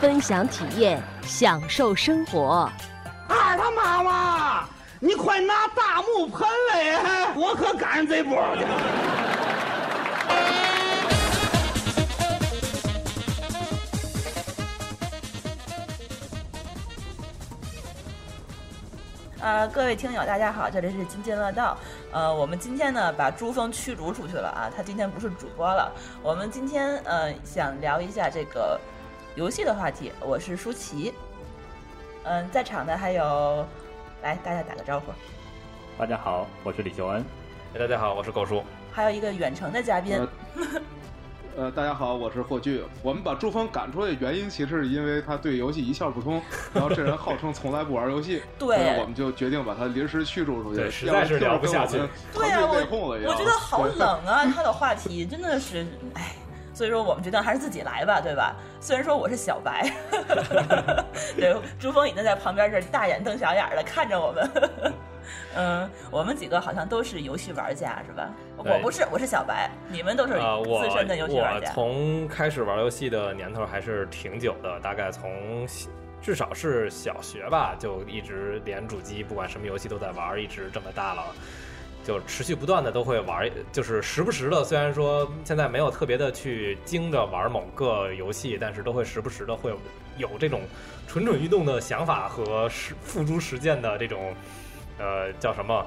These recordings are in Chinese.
分享体验，享受生活。二他妈妈，你快拿大木盆来，我可赶上这波去了。呃，各位听友，大家好，这里是津津乐道。呃，我们今天呢把珠峰驱逐出去了啊，他今天不是主播了。我们今天呃想聊一下这个游戏的话题，我是舒淇。嗯、在场的还有，来大家打个招呼，大家好，我是李秀恩。哎大家好，我是狗叔。还有一个远程的嘉宾。呃，大家好，我是霍炬。我们把朱峰赶出去的原因，其实是因为他对游戏一窍不通，然后这人号称从来不玩游戏，对所以我们就决定把他临时驱逐出去，对实在是聊不下去要不对然啊，就我跟内讧了一样我觉得好冷 啊，他的话题真的是，哎，所以说我们决定还是自己来吧，对吧？虽然说我是小 白，对，朱峰已经在旁边这儿大眼瞪小眼儿的看着我们。 嗯，我们几个好像都是游戏玩家，是吧？对我不是，我是小白，你们都是啊，我资深的游戏玩我家。从开始玩游戏的年头还是挺久的，大概从小至少是小学吧，就一直连主机，不管什么游戏都在玩，一直这么大了。就持续不断的都会玩，就是时不时的。虽然说现在没有特别的去精着玩某个游戏，但是都会时不时的会有这种蠢蠢欲动的想法和实付诸实践的这种，呃，叫什么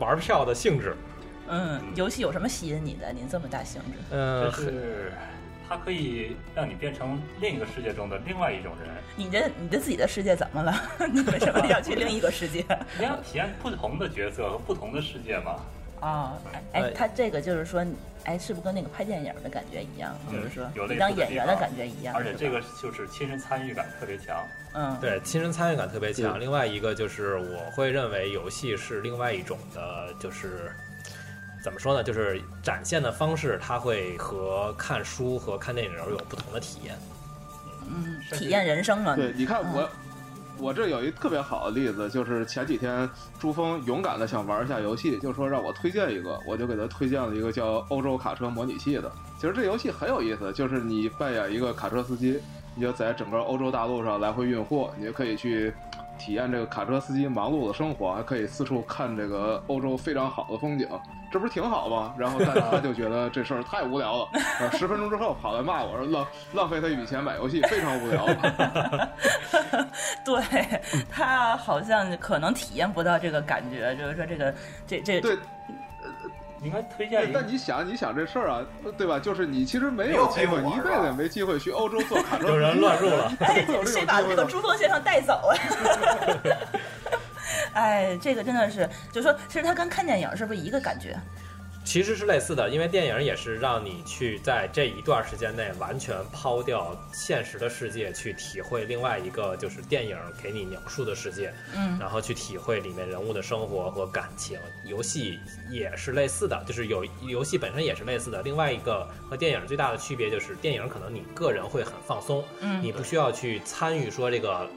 玩票的性质。嗯，游戏有什么吸引你的？您这么大兴致，呃嗯、就是它可以让你变成另一个世界中的另外一种人，你这你这自己的世界怎么了？ 你为什么要去另一个世界？你要体验不同的角色和不同的世界嘛。哦，哎，他这个就是说，哎，是不是跟那个拍电影的感觉一样？就是说有，类你似当的演地员的方感觉一哎样。而且是吧这个就是亲身参与感特别强。嗯，对，亲身参与感特别强。另外一个就是，我会认为游戏是另外一种的，就是怎么说呢，就是展现的方式，它会和看书和看电影有不同的体验。嗯，体验人生嘛。对，你看嗯我，我这有一特别好的例子，就是前几天朱峰勇敢的想玩一下游戏，就说让我推荐一个，我就给他推荐了一个叫《欧洲卡车模拟器》的。其实这游戏很有意思，就是你扮演一个卡车司机，你就在整个欧洲大陆上来回运货，你就可以去。体验这个卡车司机忙碌的生活，还可以四处看这个欧洲非常好的风景，这不是挺好吗？然后大家就觉得这事儿太无聊了。呃十分钟之后跑来骂我说浪浪费他一笔钱买游戏，非常无聊。 对他好像可能体验不到这个感觉，就是说这个这这 对，你应该推对哎但你想，你想这事儿啊，对吧？就是你其实没有机会，你一辈子也没机会去欧洲做卡车。 有人乱入了哎，有这谁种把机这会个吗？珠峰先生带走啊？ 哎，这个真的是，就说其实他跟看电影是不是一个感觉？其实是类似的，因为电影也是让你去在这一段时间内完全抛掉现实的世界，去体会另外一个就是电影给你描述的世界，嗯然后去体会里面人物的生活和感情。游戏也是类似的，就是有游戏本身也是类似的。另外一个和电影最大的区别就是，电影可能你个人会很放松，嗯你不需要去参与说这个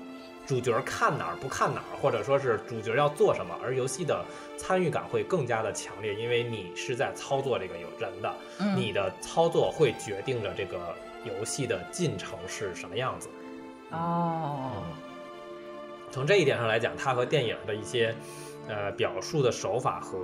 主角看哪儿不看哪儿，或者说是主角要做什么，而游戏的参与感会更加的强烈，因为你是在操作这个有人的，嗯你的操作会决定着这个游戏的进程是什么样子。哦，从这一点上来讲，它和电影的一些呃表述的手法和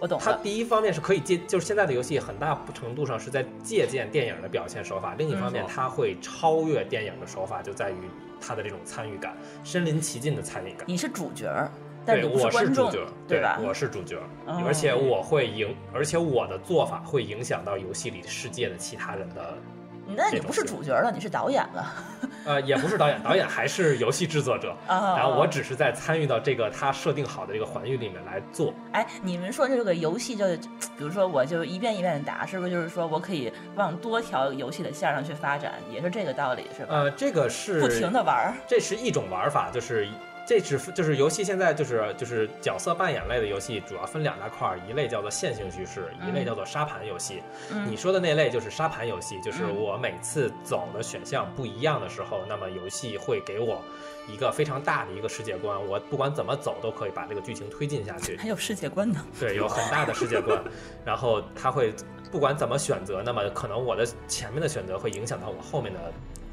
我懂它了。第一方面是可以借，就是现在的游戏很大程度上是在借鉴电影的表现手法；另一方面嗯，它会超越电影的手法，就在于它的这种参与感，身临其境的参与感。你是主角儿，但对，是你不我观是主众角，，对吧？我是主角，哦而且我会影，而且我的做法会影响到游戏里世界的其他人的你那你这种不是主角了，你是导演了呃，也不是导演，导演还是游戏制作者。啊。然后我只是在参与到这个他设定好的这个环境里面来做，哎，你们说这个游戏就，比如说我就一遍一遍的打，是不是就是说我可以往多条游戏的线儿上去发展，也是这个道理是吧？呃，这个是不停的玩儿，这是一种玩法，就是这只就是游戏现在就是就是角色扮演类的游戏，主要分两大块儿，一类叫做线性叙事，嗯一类叫做沙盘游戏。嗯你说的那类就是沙盘游戏，就是嗯我每次走的选项不一样的时候，那么游戏会给我一个非常大的一个世界观，我不管怎么走都可以把这个剧情推进下去。还有世界观呢。对，有很大的世界 观，然后他会不管怎么选择，那么可能我的前面的选择会影响到我后面的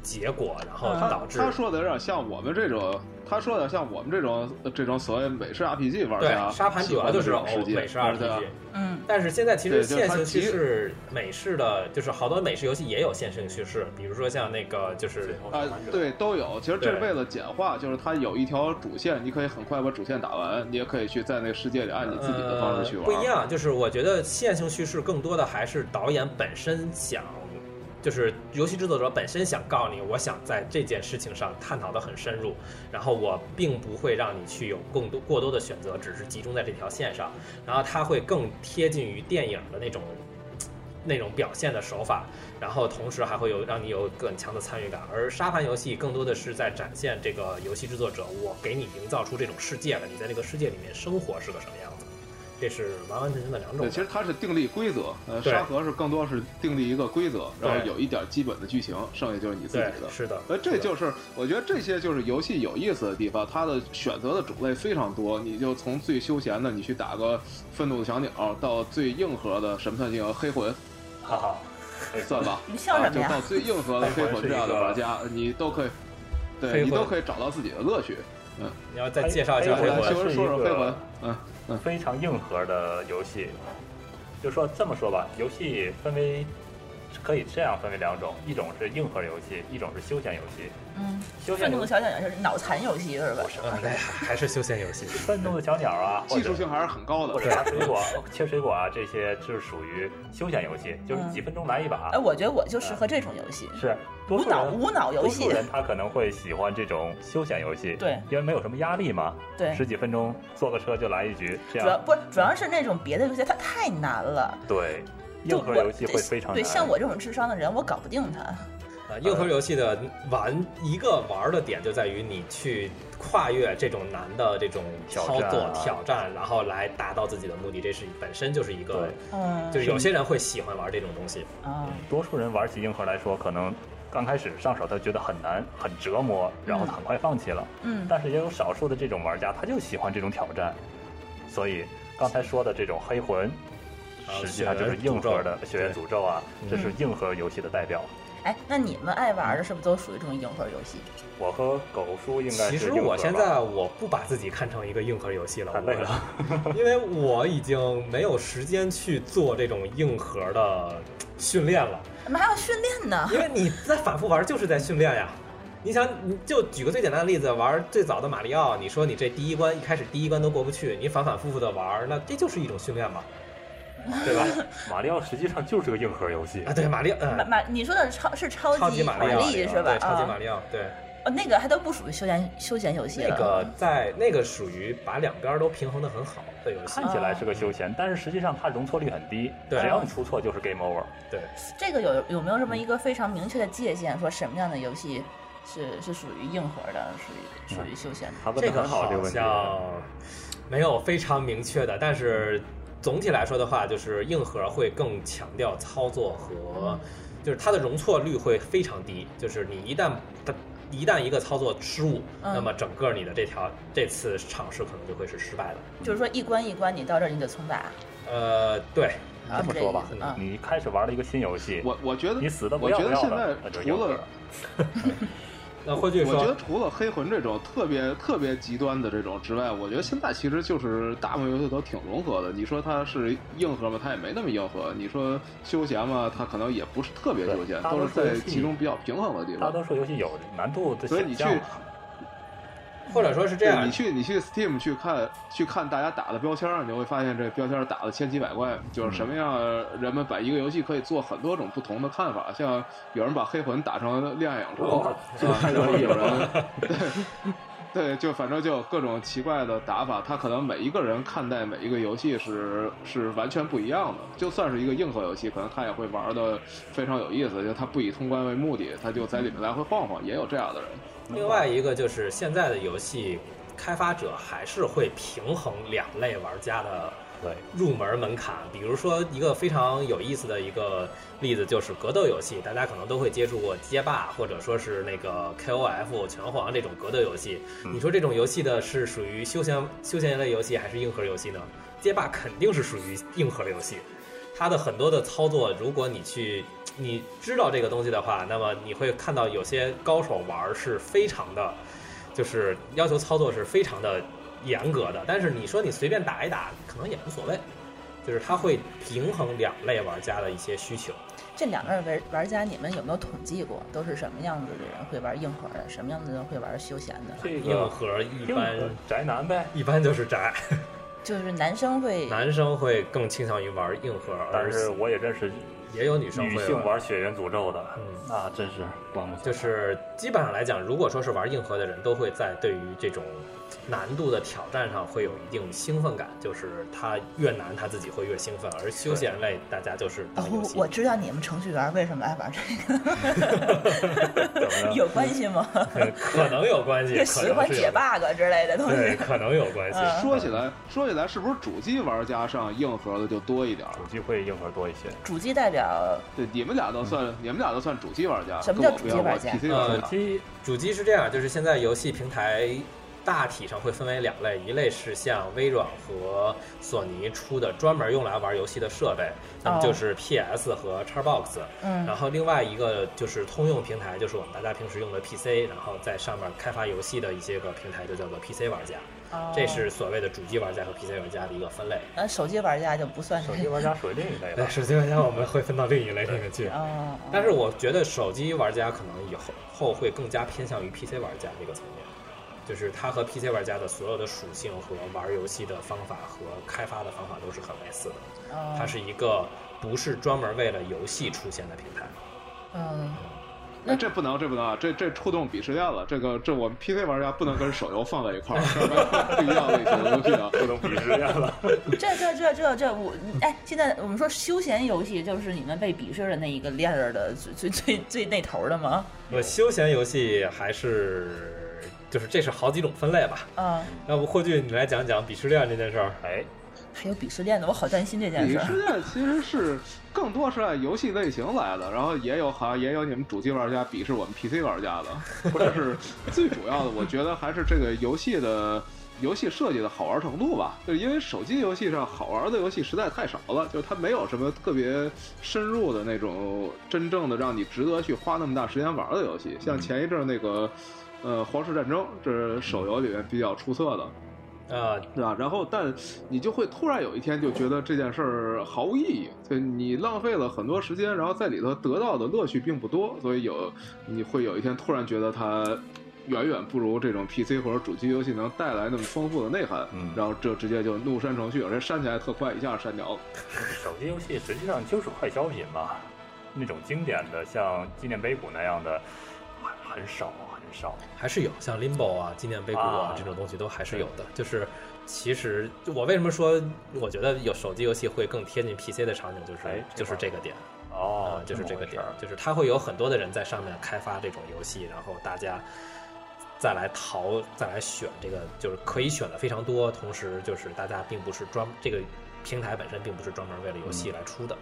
结果，然后他导致他说的有点像我们这种，他说的像我们这种呃这种所谓美式 RPG 玩啊家，对沙盘主要就是欧美式啊 RPG。嗯但是现在其实对就是线它性叙其实事美式的，就是好多美式游戏也有线性叙事，比如说像那个就是最后啊生还，者对，都有。其实这是对为了简化，就是它有一条主线，你可以很快把主线打完，你也可以去在那个世界里按你自己的方式去玩。呃。不一样，就是我觉得线性叙事更多的还是导演本身想，就是游戏制作者本身想告诉你，我想在这件事情上探讨的很深入，然后我并不会让你去有更多过多的选择，只是集中在这条线上，然后它会更贴近于电影的那种。那种表现的手法，然后同时还会有让你有更强的参与感。而沙盘游戏更多的是在展现这个游戏制作者，我给你营造出这种世界了，你在这个世界里面生活是个什么样子，这是完完全全的两种对，。其实它是定立规则，呃，对沙盒是更多是定立一个规则，然后对有一点基本的剧情，剩下就是你自己对的，。是的，呃，这是的就是我觉得这些就是游戏有意思的地方，它的选择的种类非常多。你就从最休闲的，你去打个愤怒的小鸟，到最硬核的什么算硬黑魂，哈哈，哎算吧，你笑什么呀啊、就到最硬核的黑魂这样的玩家，你都可以，黑对魂你都可以找到自己的乐趣。你要再介绍一下哎黑哎魂哎修人说说是一黑个魂，嗯，非常硬核的游戏。就说这么说吧，游戏分为可以这样分为两种，一种是硬核游戏，一种是休闲游戏。嗯，休愤闲怒游的戏，小鸟就是脑残游戏是吧？啊，对，还是休闲游戏。愤怒的小鸟啊， 或技者术性还是很高的或。者拿水果、切水果啊，这些就是属于休闲游嗯戏，就是几分钟来一把哎，。我觉得我就适合这种游戏，是多无数脑人，无脑游多戏数。人他可能会喜欢这种休闲游戏，对，因为没有什么压力嘛，对，十几分钟坐个车就来一局，这主要样不是主要是那种别的游戏它太难了，对。就硬核我游戏会非常难，对，像我这种智商的人，我搞不定它。啊，硬核游戏的玩一个玩的点就在于你去跨越这种难的这种操挑战作啊挑战，然后来达到自己的目的，这是本身就是一个对，嗯，就是有些人会喜欢玩这种东西。啊，多数人玩起硬核来说，可能刚开始上手他觉得很难、很折磨，然后他很快放弃了。嗯，但是也有少数的这种玩家，他就喜欢这种挑战。所以刚才说的这种黑魂，啊实际上就是硬核的《血血缘缘诅诅咒》啊，嗯这是硬核游戏的代表。哎，那你们爱玩的是不是都属于这种硬核游戏？我和狗叔应该其是实硬核吧我现在我不把自己看成一个硬核游戏了，太累了我，因为我已经没有时间去做这种硬核的训练了，怎么还要训练呢？ 因为你在反复玩就是在训练呀。你想，你就举个最简单的例子，玩最早的马里奥，你说你这第一关一开始第一关都过不去，你反反复复的玩，那这就是一种训练嘛，对吧？马里奥实际上就是个硬核游戏啊，，对，马里奥，马嗯，马，你说的是超是超超级级马玛里奥丽是吧啊对，？超级马丽，里奥，对。哦，那个还都不属于休闲休闲游戏那了。个在那个属于把两边都平衡的很好的游戏看，起来是个休闲，但是实际上它容错率很低，对只要你出错就是 game over。对，这个有有没有这么一个非常明确的界限，说什么样的游戏是是属于硬核的，属于属于休闲的？他问这的个很好，好这个问题。像没有非常明确的，但是总体来说的话，就是硬核会更强调操作和，就是它的容错率会非常低，就是你一旦它一旦一个操作失误，嗯那么整个你的这条这次尝试可能就会是失败的。就是说一关一关你到这儿你得重打，呃，对，啊这么说吧是这意思嗯啊，你开始玩了一个新游戏，我我觉得你死的不我要觉不得要现的，那就在硬除核了了。那霍炬我觉得说，除了黑魂这种特别特别极端的这种之外，我觉得现在其实就是大部分游戏都挺融合的。你说它是硬核嘛，它也没那么硬核；你说休闲嘛，它可能也不是特别休闲，对都是大多数游在戏其中比较平衡的地大方多。数游戏有难度的所以选你去项嘛，或者说是这对样你，去你去 Steam 去看去看大家打的标签儿，你就会发现这标签儿打的千奇百怪，就是什么嗯样儿人们把一个游戏可以做很多种不同的看法，像有人把黑魂打成恋爱养成，哇啊，还有有人对。对， 就反正就有各种奇怪的打法，他可能每一个人看待每一个游戏是是完全不一样的。就算是一个硬核游戏，可能他也会玩的非常有意思，就他不以通关为目的，他就在里面来回晃晃，也有这样的人。另外一个就是现在的游戏开发者还是会平衡两类玩家的对，入门门槛。比如说一个非常有意思的一个例子就是格斗游戏，大家可能都会接触过街霸或者说是那个 KOF 拳皇这种格斗游戏。嗯你说这种游戏的是属于休闲休闲类游戏还是硬核游戏呢？街霸肯定是属于硬核游戏，它的很多的操作，如果你去你知道这个东西的话，那么你会看到有些高手玩儿是非常的，就是要求操作是非常的严格的。但是你说你随便打一打，可能也无所谓，就是它会平衡两类玩家的一些需求。这两类玩玩家，你们有没有统计过，都是什么样子的人会玩硬核的，什么样子的人会玩休闲的？这硬个核一硬般核宅男呗，一般就是宅，就是男生会男生会更倾向于玩硬核，但而是我也认识也有女生女会性玩血缘诅咒的，嗯那真是光不就是基本上来讲，如果说是玩硬核的人，都会在对于这种难度的挑战上会有一定兴奋感，就是他越难他自己会越兴奋，而休闲类大家就是哦当游，戏。我知道你们程序员为什么爱玩 这怎个，么有关系吗？嗯 可能有关系，就可喜能欢是解有关 bug 之类的东对，西。可能有关系。嗯说起来，说起来，是不是主机玩家上硬核的就多一点儿？主机会硬核多一些。主机代表对，你们俩都算，你们俩都算主机玩家，什么跟叫我主不机一样玩我家 PC 呃玩主家。机主机是这样，就是现在游戏平台大体上会分为两类，一类是像微软和索尼出的专门用来玩游戏的设备，那么哦就是 PS 和 Xbox。嗯然后另外一个就是通用平台，就是我们大家平时用的 PC，然后在上面开发游戏的一些个平台就叫做 PC 玩家，哦这是所谓的主机玩家和 PC 玩家的一个分类。那呃手机玩家就不算手机这玩家属于另一类对，的，手机玩家我们会分到另一类里面去。哦， 但是我觉得手机玩家可能以后后会更加偏向于 PC 玩家这个层面，就是它和 PC 玩家的所有的属性和玩游戏的方法和开发的方法都是很类似的。哦它是一个不是专门为了游戏出现的平台。嗯，哎，这不能，这不能啊！这这触动鄙视链了。这个这我们 PC 玩家不能跟手游放在一块儿， 这不一样类型的东西啊。不能鄙视链了。这这这这这我哎，现在我们说休闲游戏就是你们被鄙视的那一个链儿的最最最最那头的吗？我呃休闲游戏还是就是这是好几种分类吧？啊，要不霍炬你来讲讲鄙视链这件事儿？ 哎，还有鄙视链的，我好担心这件鄙事。视链其实是更多是按游戏类型来的，然后也有好像也有你们主机玩家鄙视我们 PC 玩家的，或 者是最主要的，我觉得还是这个游戏的。游戏设计的好玩程度吧，就是因为手机游戏上好玩的游戏实在太少了，就是它没有什么特别深入的那种真正的让你值得去花那么大时间玩的游戏。嗯像前一阵儿那个，呃，《皇室战争》这是手游里面比较出色的，呃，对吧？然后，但你就会突然有一天就觉得这件事儿毫无意义，就你浪费了很多时间，然后在里头得到的乐趣并不多，所以有你会有一天突然觉得它远远不如这种 PC 或者主机游戏能带来那么丰富的内涵，嗯然后这直接就怒删程序，有些删起来特快，一下删掉了。手机游戏实际上就是快消品嘛，那种经典的像纪念碑谷那样的很很少很少。还是有像 Limbo 啊、纪念碑谷啊啊这种东西都还是有的。就是其实就我为什么说我觉得有手机游戏会更贴近 PC 的场景，就是、哎这就块是儿这个点啊、哦，就是这么个回事点儿，就是它会有很多的人在上面开发这种游戏，然后大家。再来淘，再来选这个，就是可以选的非常多。同时，就是大家并不是专这个平台本身并不是专门为了游嗯戏来出的，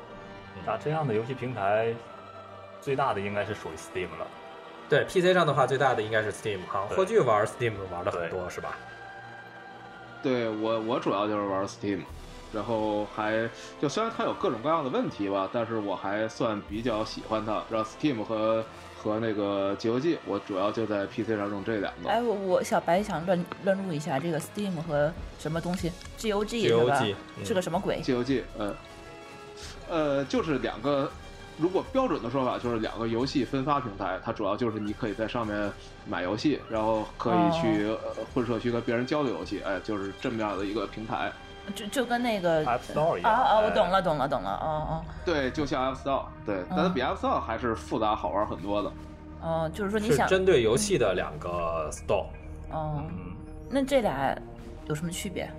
嗯那这样的游戏平台，最大的应该是属于 Steam 了。对 PC 上的话，最大的应该是 Steam 哈。对霍炬玩 Steam 玩的很多是吧？对我，我主要就是玩 Steam，然后还就虽然它有各种各样的问题吧，但是我还算比较喜欢它。然后 Steam 和和那个节游记，我主要就在 PC 上用这两个。哎，我我小白想乱乱入一下这个 Steam 和什么东西 GOG 是吧 GOG？是个什么鬼？ 《西游记》呃，呃，就是两个如果标准的说法就是两个游戏分发平台，它主要就是你可以在上面买游戏，然后可以去、呃混社区跟别人交流游戏，哎，就是这么样的一个平台。就就跟那个 App Store 一啊样啊，我哎懂了，懂了，懂了，哦对，就像 App Store，对，但它比 App Store 还是复杂好玩很多的。哦哦，就是说你是想，针对游戏的两个 store。哦，嗯，那这俩有什么区别？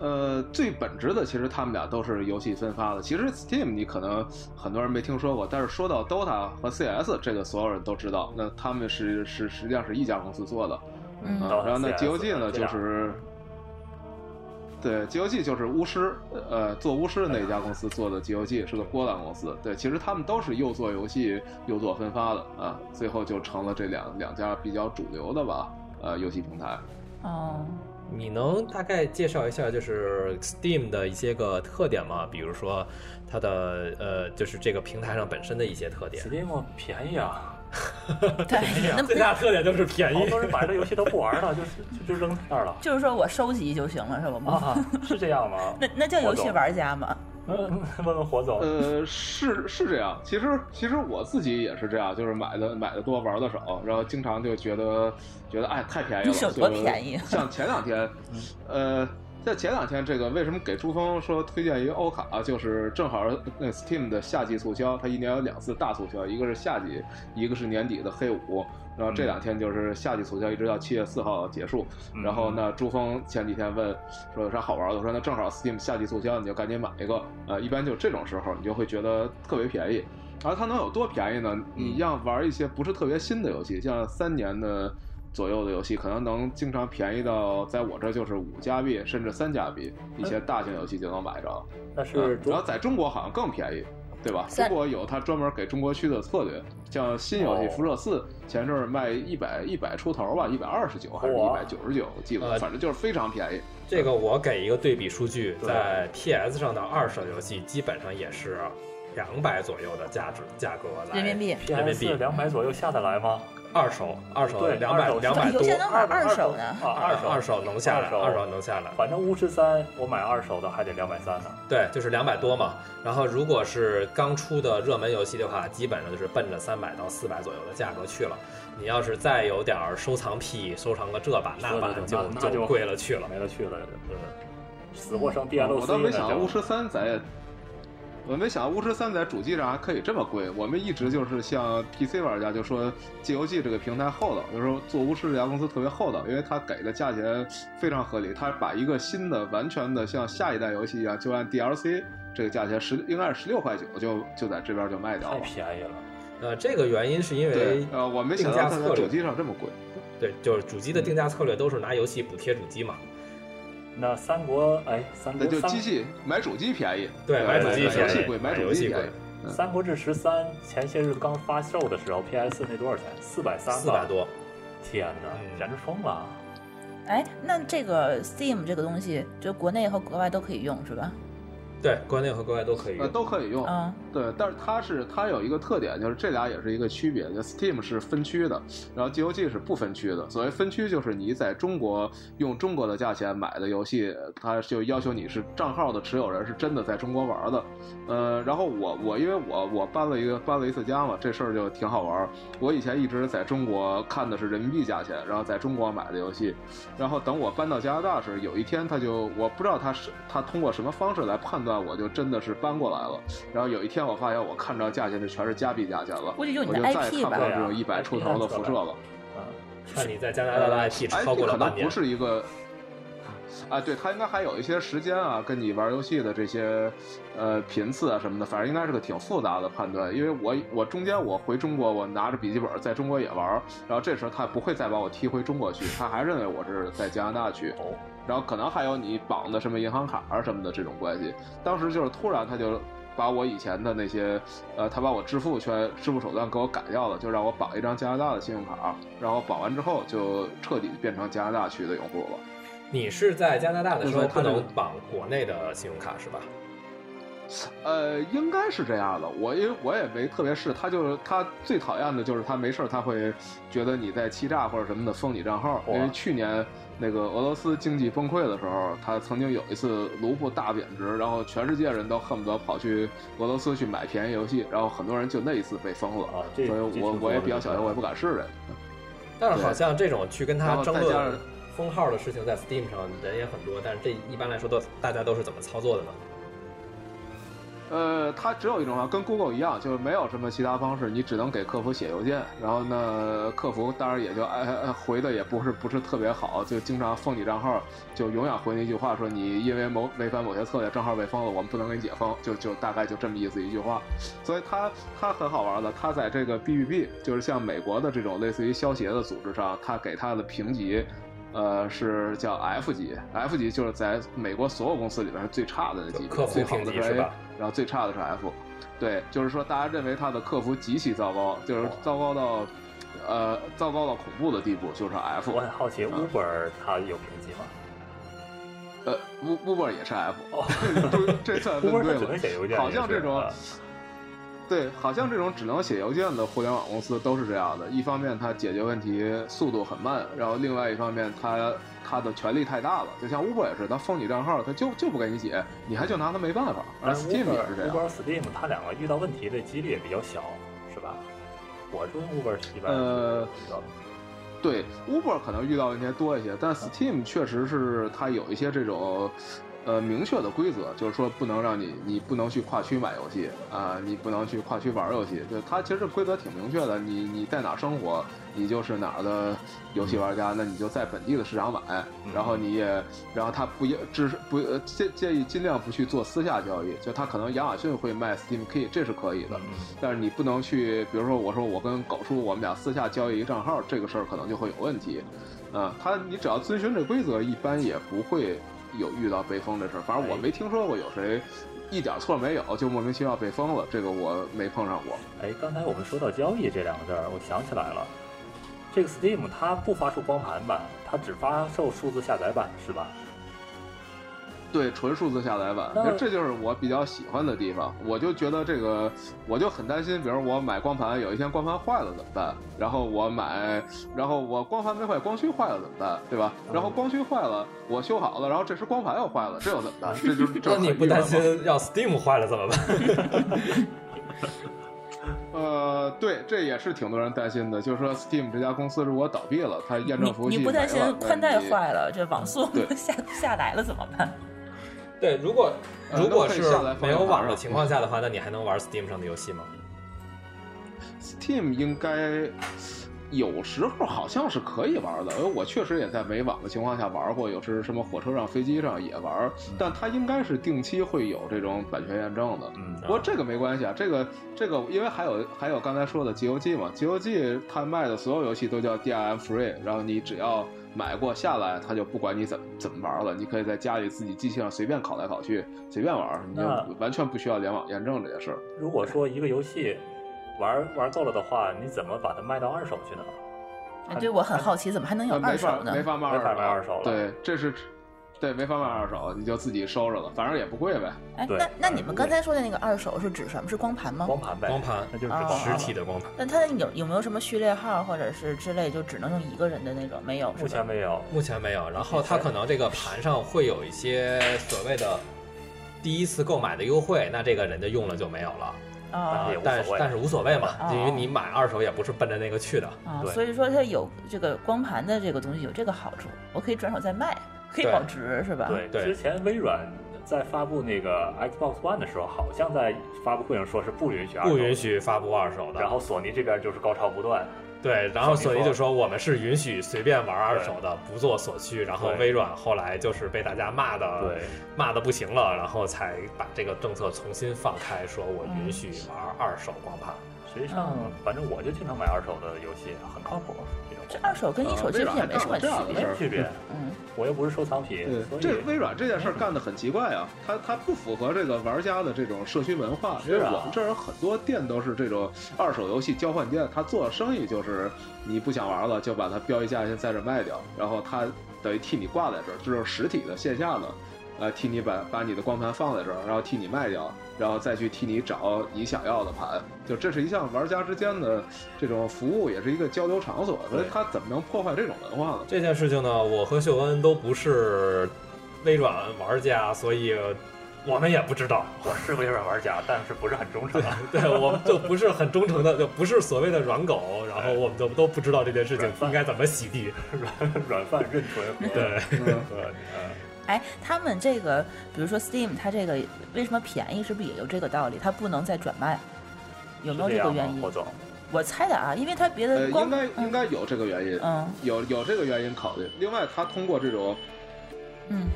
呃，最本质的其实他们俩都是游戏分发的。其实 Steam 你可能很多人没听说过，但是说到 DOTA 和 CS 这个，所有人都知道。那他们是是实际上是一家公司做的，嗯啊，然后那 CS 《GOG》呢这就样是，对，《GOG》就是巫师，呃，做巫师的那家公司做的《GOG》是个波兰公司。对，其实他们都是又做游戏又做分发的啊，最后就成了这两两家比较主流的吧，呃，游戏平台。 哦，你能大概介绍一下就是 Steam 的一些个特点吗？比如说它的呃，就是这个平台上本身的一些特点。 Steam 便宜啊，对，那 最大特点就是便好宜多。人买这游戏都不玩 了，就是就就扔在那儿了。就是说我收集就行了，是吧？哦啊，是这 样吗？那那叫游戏玩家吗？嗯，问问火总，呃，是是这样。其实其实我自己也是这样，就是买的买的多，玩的少，然后经常就觉得觉得哎太便宜了，你省多就是便宜 嗯像前两天， 呃。在前两天，这个为什么给朱峰说推荐一个欧卡、啊就是正好那 Steam 的夏季促销，它一年有两次大促销，一个是夏季，一个是年底的黑五。然后这嗯两天就是夏季促销，一直到七月四号结束。嗯然后呢，朱峰前几天问说有啥好玩的，我说那正好 Steam 夏季促销，你就赶紧买一个。呃，一般就这种时候，你就会觉得特别便宜。嗯而啊它能有多便宜呢？你要玩一些不是特别新的游戏，像三年的左右的游戏，可能能经常便宜到在我这就是五加币甚至三加币，一些大型游戏就能买着。那是嗯主然后在中国好像更便宜，对吧？中三国有它专门给中国区的策略，像新游戏哦《辐射四》，前阵儿卖一百一百出头吧，一百二十九还是一哇百九十九，记不，呃得，反正就是非常便宜。这个我给一个对比数据，对在 PS 上的二手游戏基本上也是两百左右的价值价格来人民币人民 PS 币两百左右下得来吗？二手二手对，两百二手两百有多，些能买二手呢啊，二手二手能下来，二手能下来。反正巫师三我买二手的还得两百三呢。对，就是两百多嘛。然后如果是刚出的热门游戏的话，基本上就是奔着三百到四百左右的价格去了。你要是再有点儿收藏癖，收藏个这版那对版对对就那那就贵了去了。没得去了，就是死活剩 DLC 啊我倒没想呢到就巫师三在，我没想到巫师三在主机上还可以这么贵。我们一直就是像 PC 玩家就说 GOG 这个平台厚道，就是说做巫师这家公司特别厚道，因为它给的价钱非常合理，它把一个新的完全的像下一代游戏一样，就按 DLC 这个价钱十应该是十六块九就就在这边就卖掉太了。便宜了。呃，这个原因是因对为，呃，我没定想价到它策在略主机上这么贵。对，就是主机的嗯定价策略都是拿游戏补贴主机嘛。那三国哎，三那国就三机器买主机便宜，对买主机游戏便宜贵，买买游主戏机便贵宜。三国志十三前些日刚发售的时候，PS 那多少钱？四百三，四百。多，天哪，嗯简直疯了！啊哎，那这个 Steam 这个东西，就国内和国外都可以用是吧？对，国内和国外都可以呃，用。都可以用。嗯，对，但是它是它有一个特点，就是这俩也是一个区别。就 Steam 是分区的，然后 GOG 是不分区的。所谓分区，就是你在中国用中国的价钱买的游戏，它就要求你是账号的持有人，是真的在中国玩的。呃，然后我我因为我我搬了一个搬了一次家嘛，这事儿就挺好玩儿。我以前一直在中国看的是人民币价钱，然后在中国买的游戏，然后等我搬到加拿大时，有一天他就我不知道他是他通过什么方式来判断，我就真的是搬过来了。然后有一天我发现我看着价钱就全是加币价钱了，估计用你我的就再也 IP 看不吧到这种对啊一百出头的辐射了。哎嗯，看你在加呃拿大的 IP 超过可能了半年不，是一个。啊，对，它应该还有一些时间啊，跟你玩游戏的这些，呃，频次啊什么的，反正应该是个挺复杂的判断。因为我我中间我回中国，我拿着笔记本在中国也玩，然后这时候他不会再把我踢回中国去，他还认为我是在加拿大去。哦，然后可能还有你绑的什么银行卡啊什么的这种关系。当时就是突然他就把我以前的那些，呃，他把我支付圈支付手段给我改掉了，就让我绑一张加拿大的信用卡，然后绑完之后就彻底变成加拿大区的用户了。你是在加拿大的时就候是不它这个能绑国内的信用卡是吧？呃，应该是这样的。我因为我也没特别试，他就是他最讨厌的就是他没事儿他会觉得你在欺诈或者什么的封你账号。因为去年那个俄罗斯经济崩溃的时候，他曾经有一次卢布大贬值，然后全世界人都恨不得跑去俄罗斯去买便宜游戏，然后很多人就那一次被封了。啊，这所以这我挺我也比较多的小心，我也不敢试这个。但是好像这种去跟然他后争再加论上封号的事情，在 Steam 上人也很多，但是这一般来说都大家都是怎么操作的呢？呃，它只有一种啊，跟 Google 一样，就是没有什么其他方式，你只能给客服写邮件，然后呢，客服当然也就哎哎哎回的也不是不是特别好，就经常封你账号，就永远回那句话说你因为某违反某些策略，账号被封了，我们不能给你解封，就就大概就这么意思一句话。所以它它很好玩的，它在这个 BBB，就是像美国的这种类似于消协的组织上，它给它的评级。呃，是叫 F 级，F 级就是在美国所有公司里边是最差的那级别，客服最好评的级是是 A，吧然后最差的是 F，对，就是说大家认为他的客服极其糟糕，就是糟糕到，呃，糟糕到恐怖的地步，就是 F，我很好奇啊，Uber 它有评级吗呃，U Uber 也是 F， 哦这算呃问？Uber 它对只了能。写邮件，好像这种也是啊对，好像这种只能写邮件的互联网公司都是这样的。一方面，它解决问题速度很慢，然后另外一方面它，它的权力太大了。就像 Uber 也是，它封你账号，它就就不给你解，你还就拿它没办法。而但 Steam 也是这 Uber、Uber、样。Steam 它两个遇到问题的几率也比较小，是吧？我用 Uber 一般呃遇到的对，Uber 可能遇到问题多一些，但 Steam 确实是它有一些这种。呃，明确的规则就是说，不能让你，你不能去跨区买游戏啊、你不能去跨区玩游戏。就它其实规则挺明确的，你你在哪儿生活，你就是哪儿的游戏玩家，那你就在本地的市场买。然后你也，然后他不也只是不呃建建议尽量不去做私下交易，就他可能亚马逊会卖 Steam Key，这是可以的。但是你不能去，比如说我说我跟狗叔我们俩私下交易一个账号，这个事儿可能就会有问题。啊，他你只要遵循这规则，一般也不会有遇到被封这事儿。反正我哎没听说过有谁一点错没有就莫名其妙被封了，这个我没碰上过。哎，刚才我们说到交易这两个字儿，我想起来了，这个 Steam 它不发售光盘版，它只发售数字下载版，是吧？对，纯数字下载版，那这就是我比较喜欢的地方。我就觉得这个，我就很担心，比如我买光盘，有一天光盘坏了怎么办？然后我买，然后我光盘没坏，光驱坏了怎么办？对吧？然后光驱坏了，我修好了，然后这时光盘又坏了，这又怎么办？这就是这 那就你很不郁闷担嘛心要 Steam 坏了怎么办？ 呃，对，这也是挺多人担心的，就是说 Steam 这家公司如果倒闭了，它验证服务你器你不担心没了宽带？那你坏了，这网速对 下下来了怎么办？对，如果呃如果那可以是下载没放在有网哪儿的啊情况下的话，那你还能玩 Steam 上的游戏吗？ Steam 应该有时候好像是可以玩的，因为我确实也在没网的情况下玩过，有时什么火车上、飞机上也玩，但它应该是定期会有这种版权验证的。嗯不过这个没关系啊，这个这个，因为还有还有刚才说的 GOG 嘛，GOG 它卖的所有游戏都叫 DRM free，然后你只要买过下来，它就不管你怎么怎么玩了，你可以在家里自己机器上随便拷来拷去，随便玩，你就那完全不需要联网验证这件事儿。如果说一个游戏玩玩够了的话，你怎么把它卖到二手去呢？哎对我很好奇，怎么还能有那二呃嗯没手法呢没？法卖二手，没法卖二手了对，这是，对，没法卖二手，你就自己收着了，反正也不贵呗。哎，对那那你们刚才说的那个二手是指什么？是光盘吗？光盘呗，光盘那就是光哦盘实了体。的光盘。那它有有没有什么序列号或者是之类，就只能用一个人的那种？没有，目是前吧？没有，目前没有。然后嗯它可能这个盘上会有一些所谓的第一次购买的优惠，那这个人家用了就没有了，啊哎也无但所是谓啊但是无所谓嘛，哦因为你买二手也不是奔着那个去的。啊，对所以说它有这个光盘的这个东西有这个好处，我可以转手再卖，可以对保值是吧？对，啊对之前微软在发布那个 Xbox One 的时候，好像在发布会上说是不允许二手不允。许发布二手的，然后索尼这边就是高潮不断，对，然后索索尼尼就说说我们是允许随便玩二手的，不做所需。然后对微软后来就是被大家骂的对，骂的不行了，然后才把这个政策重新放开，说我允许玩二手光盘。实际上嗯，反正我就经常买二手的游戏，很靠谱。这种这二手跟一手啊其实微软也没什么还区干过这样的别事。没区别，嗯，我又不是收藏品，所以这微软这件事儿干得很奇怪啊，它它不符合这个玩家的这种社区文化，因为是啊我们这儿有很多店都是这种二手游戏交换店，他做生意就是你不想玩了就把它标一价先在这卖掉，然后他等于替你挂在这儿，这就是实体的线下的。呃，替你把把你的光盘放在这儿，然后替你卖掉，然后再去替你找你想要的盘。就这是一项玩家之间的这种服务，也是一个交流场所，所以对它怎么能破坏这种文化呢？这件事情呢，我和秀恩都不是微软玩家，所以我们也不知 道。我是微软玩家，但是不是很忠 诚。对，我们就不是很忠诚的，就不是所谓的软狗，然后我们就都不知道这件事情软饭应该怎么洗地。软饭认纯和对，嗯，和呃哎，他们这个，比如说 Steam，它这个为什么便宜，是不是也有这个道理？它不能再转卖，有没有是这这个样原吗因？霍总，我猜的啊，因为它别呃，的光应该应该有这个原因，嗯有有这个原因考虑。另外，它通过这种嗯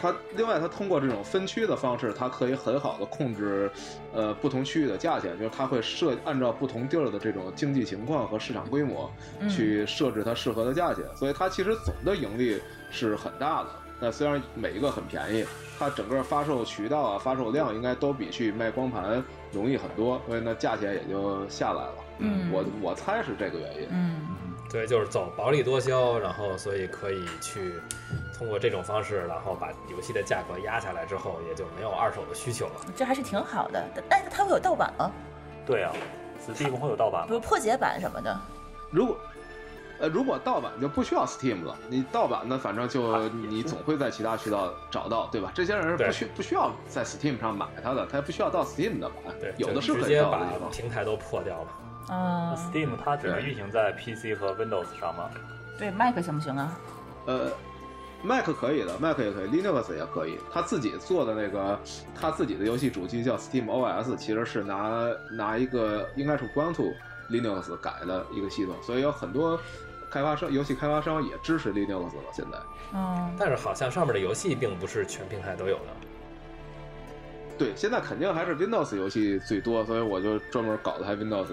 它另外，它通过这种分区的方式，它可以很好的控制，呃，不同区域的价钱，就是它会设按照不同地儿的这种经济情况和市场规模嗯去设置它适合的价钱，所以它其实总的盈利是很大的。那虽然每一个很便宜，它整个发售渠道啊、发售量应该都比去卖光盘容易很多，所以呢价钱也就下来了。嗯我我猜是这个原因。嗯对，就是走薄利多销，然后所以可以去通过这种方式，然后把游戏的价格压下来之后，也就没有二手的需求了。这还是挺好的。但但是它会有盗版吗？对啊，Steam 会有盗版比吗？如破解版什么的。如果呃，如果盗版就不需要 Steam 了，你盗版的反正就你总会在其他渠道找到，对吧？这些人是啊对不需不需要在 Steam 上买它的，他也不需要到 Steam 的版，对，有的是就直可以接盗把的地方。平台都破掉了。啊 Steam 它只能对运行在 PC 和 Windows 上吗？对，Mac 行不行啊？呃，Mac 可以的，Mac 也可以，Linux 也可以。他自己做的那个他自己的游戏主机叫 Steam OS，其实是拿拿一个应该是 Ubuntu Linux 改的一个系统，所以有很多开发商游戏开发商也支持 Linux 了。现在嗯，但是好像上面的游戏并不是全平台都有的。对，现在肯定还是 Windows 游戏最多，所以我就专门搞了台 Windows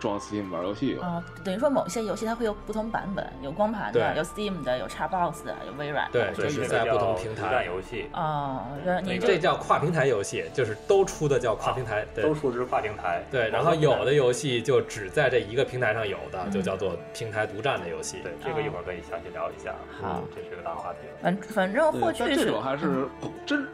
装 Steam 玩游戏用。啊，等于说某些游戏它会有不同版本，有光盘的，对有 Steam 的，有 Xbox 的，有微软的。对，对，哦就这是个在不叫同平独占台。啊游戏，哦，然后你那啊这这叫跨平台游戏，就是都出的叫跨平台，对都，出自跨平台。对，然后有的游戏就只在这一个平台上有的，就叫做平台独占的游戏。对，这个一会儿可以详细聊一下。好嗯这是个大话题。反反正对获取但是这种还是真，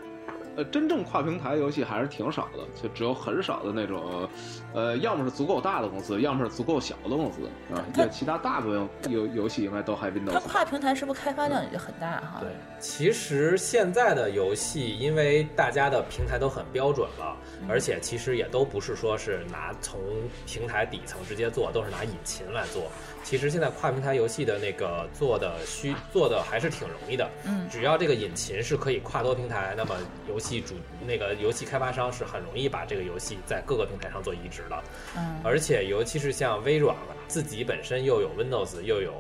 呃，真正跨平台游戏还是挺少的，就只有很少的那种，呃，要么是足够大的公司，要么是足够小的公司啊。它对，其他大部分游游戏应该都还 Windows 它。跨平台是不是开发量也就很大哈？对，其实现在的游戏，因为大家的平台都很标准了，嗯而且其实也都不是说是拿从平台底层直接做，都是拿引擎来做。其实现在跨平台游戏的那个做的需做的还是挺容易的，嗯只要这个引擎是可以跨多平台，那么游戏主那个游戏开发商是很容易把这个游戏在各个平台上做移植的。嗯而且尤其是像微软吧，自己本身又有 Windows 又有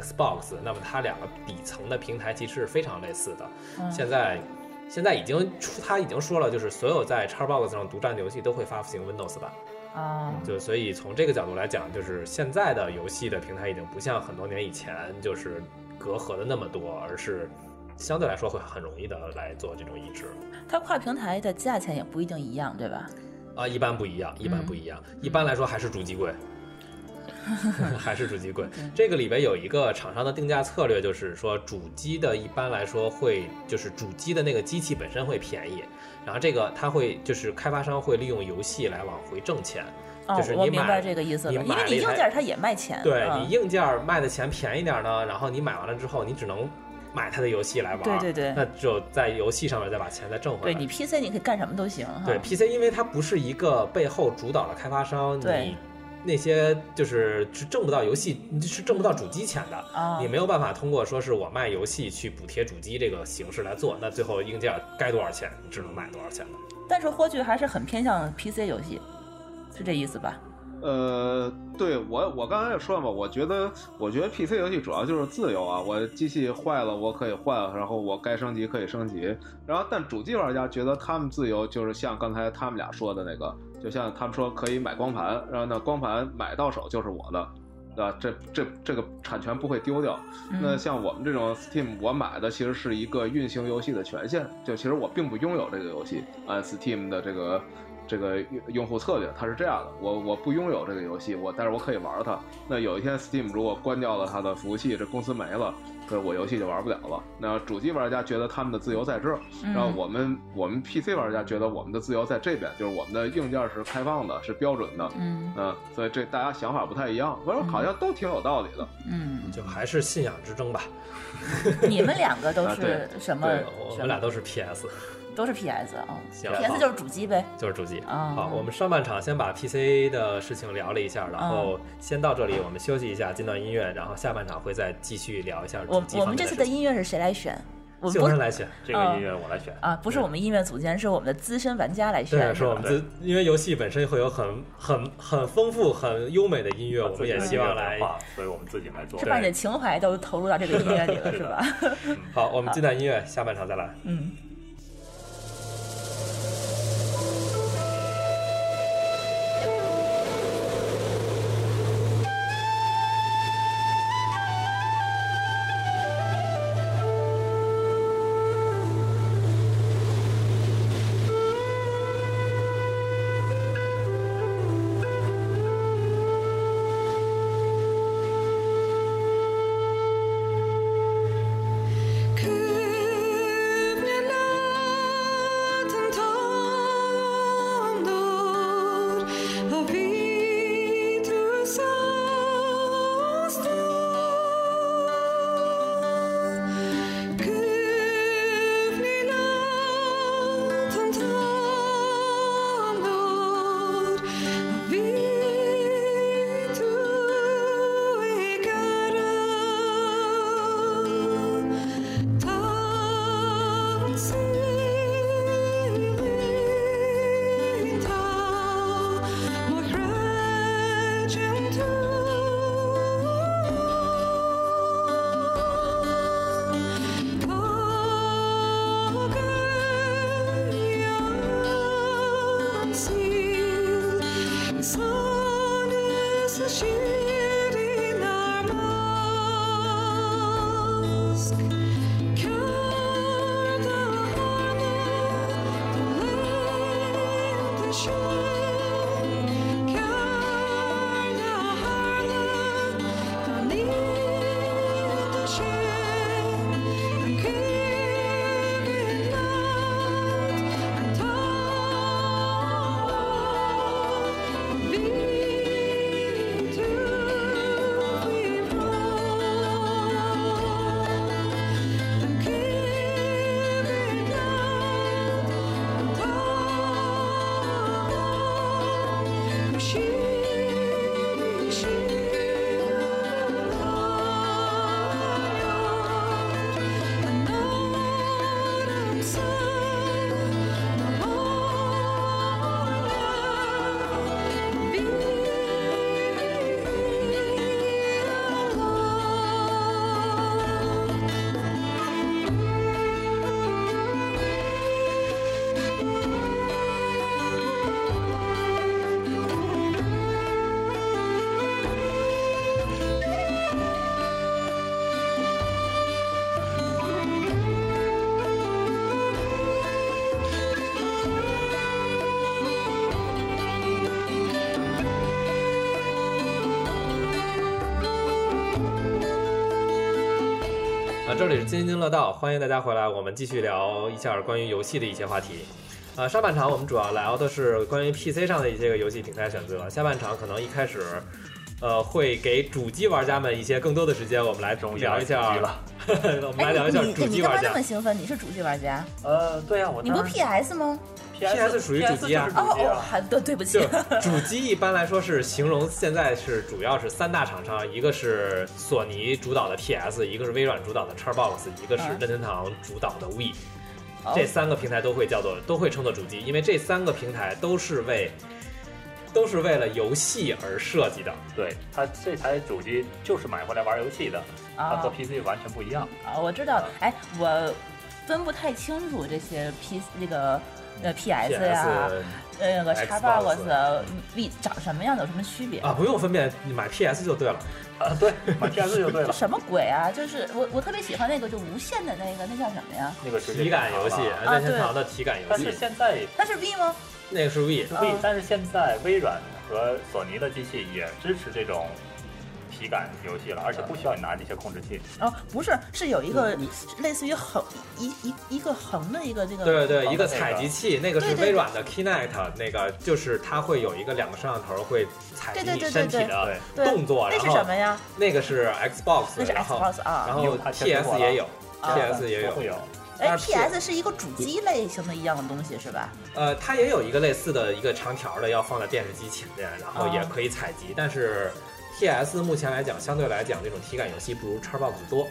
Xbox，那么它两个底层的平台其实是非常类似的。嗯现在现在已经出，他已经说了，就是所有在 Xbox 上独占的游戏都会发行 Windows 版。啊，就所以从这个角度来讲，就是现在的游戏的平台已经不像很多年以前就是隔阂的那么多，而是相对来说会很容易的来做这种移植。它跨平台的价钱也不一定一样，对吧？啊，一般不一样，一般不一样，嗯一般来说还是主机 贵。还是主机贵， 这个里边有一个厂商的定价策略，就是说主机的一般来说会，就是主机的那个机器本身会便宜，然后这个它会就是开发商会利用游戏来往回挣钱，哦就是，我你明白买这个意思了，你因买为了你一硬台件它也卖钱，对嗯你硬件儿卖的钱便宜点儿呢，然后你买完了之后，你只能买它的游戏来玩儿，对对对那只有在游戏上面再把钱再挣回对来你。PC 你可以干什么都行哈。对 PC，因为它不是一个背后主导的开发商，对你那些就是是挣不到游戏，你是挣不到主机钱的。啊，你没有办法通过说是我卖游戏去补贴主机这个形式来做，那最后硬件该多少钱，你只能卖多少钱了。但是霍炬还是很偏向 PC 游戏，是这意思吧？呃，对我我刚才也说了嘛，我觉得我觉得 PC 游戏主要就是自由啊，我机器坏了我可以换，然后我该升级可以升级。然后但主机玩家觉得他们自由就是像刚才他们俩说的那个，就像他们说可以买光盘，然后呢光盘买到手就是我的。对吧？这这这个产权不会丢掉。嗯那像我们这种 Steam，我买的其实是一个运行游戏的权限，就其实我并不拥有这个游戏，按 Steam 的这个这个用用户策略，它是这样的：我我不拥有这个游戏，我但是我可以玩它。那有一天 Steam 如果关掉了它的服务器，这公司没了，对我游戏就玩不了了。那主机玩家觉得他们的自由在这儿，嗯然后我们我们 PC 玩家觉得我们的自由在这边，就是我们的硬件是开放的，是标准的，嗯嗯，所以这大家想法不太一样，我说好像都挺有道理的。嗯，就还是信仰之争吧。你们两个都啊是对什么对？我什们么俩都是 PS，都是 PS 啊行，PS 就是主机呗。就是主机。啊好，我们上半场先把 PC 的事情聊了一下，然啊后先到这里，我们休息一下，进段音乐，然后下半场会再继续聊一下主我机我方们面这的次事的情。音乐是谁来选？我们就不人是来选，这个音乐我来选。啊，不是我们音乐组监，是我们的资深玩家来选对，的。是我们自，因为游戏本身会有很很很丰富、很优美的啊音乐，把我自们己也的希音乐望来文。化，所以我们自己来做是。吧把你的情怀都投入到这个音乐里了，是吧？ 好，啊我们进段音乐，下半场再来。嗯。 Shield in our mask. 啊，这里是津津乐道，欢迎大家回来，我们继续聊一下关于游戏的一些话题。啊，上半场我们主要聊的是关于 PC 上的一些个游戏平台选择，下半场可能一开始，呃，会给主机玩家们一些更多的时间，我们来终于聊一下来主机了， 我们来聊一下哎你主你机干嘛玩那家么。兴奋？你是主机玩家，呃，对呀，我你不是当时 PS 吗？ PS 属于主机啊就是哦主机哦，啊。还对对不起就，主机一般来说是形容现在是主要是三大厂商，一个是索尼主导的 PS，一个是微软主导的 Xbox，一个是嗯任天堂主导的 Wii。哦这三个平台都会叫做都会称作主机，因为这三个平台都是为都是为了游戏而设计的。对，它这台主机就是买回来玩游戏的，它和啊 PC 完全不一样。啊，我知道了。哎，我分不太清楚这些 P 那个呃 PS 呀、 PS 跟那个 Xbox Xbox V 长什么样有什么区别？啊，不用分辨，你买 PS 就对了。啊，对，买 PS 就对这 了。什么鬼啊！就是我我特别喜欢那个就无限的那个，那叫什么呀？那个是体感游戏，啊任天堂的体感游但戏是，现在那是 V 吗？那个是 V 是 V，嗯但是现在微软和索尼的机器也支持这种体感游戏了，而且嗯不需要你拿那些控制器。哦，不是，是有一个嗯类似于横一一一个横的一个这个。对那对对，个一个采集器，那个是对对微软的 Kinect，那个就是它会有一个两个摄像头会采集对对你对对身体对的对动作，那然是后什么呀？那个是 Xbox，那是然后 Xbox 啊然后因为它全中国 PS 了也有啊，PS 也都会有。哎但是，PS 是一个主机类型的一样的东西是吧？呃，它也有一个类似的一个长条的，要放在电视机前面，然后也哦可以采集。但是 PS 目前来讲，相对来讲，这种体感游戏不如 Xbox 多。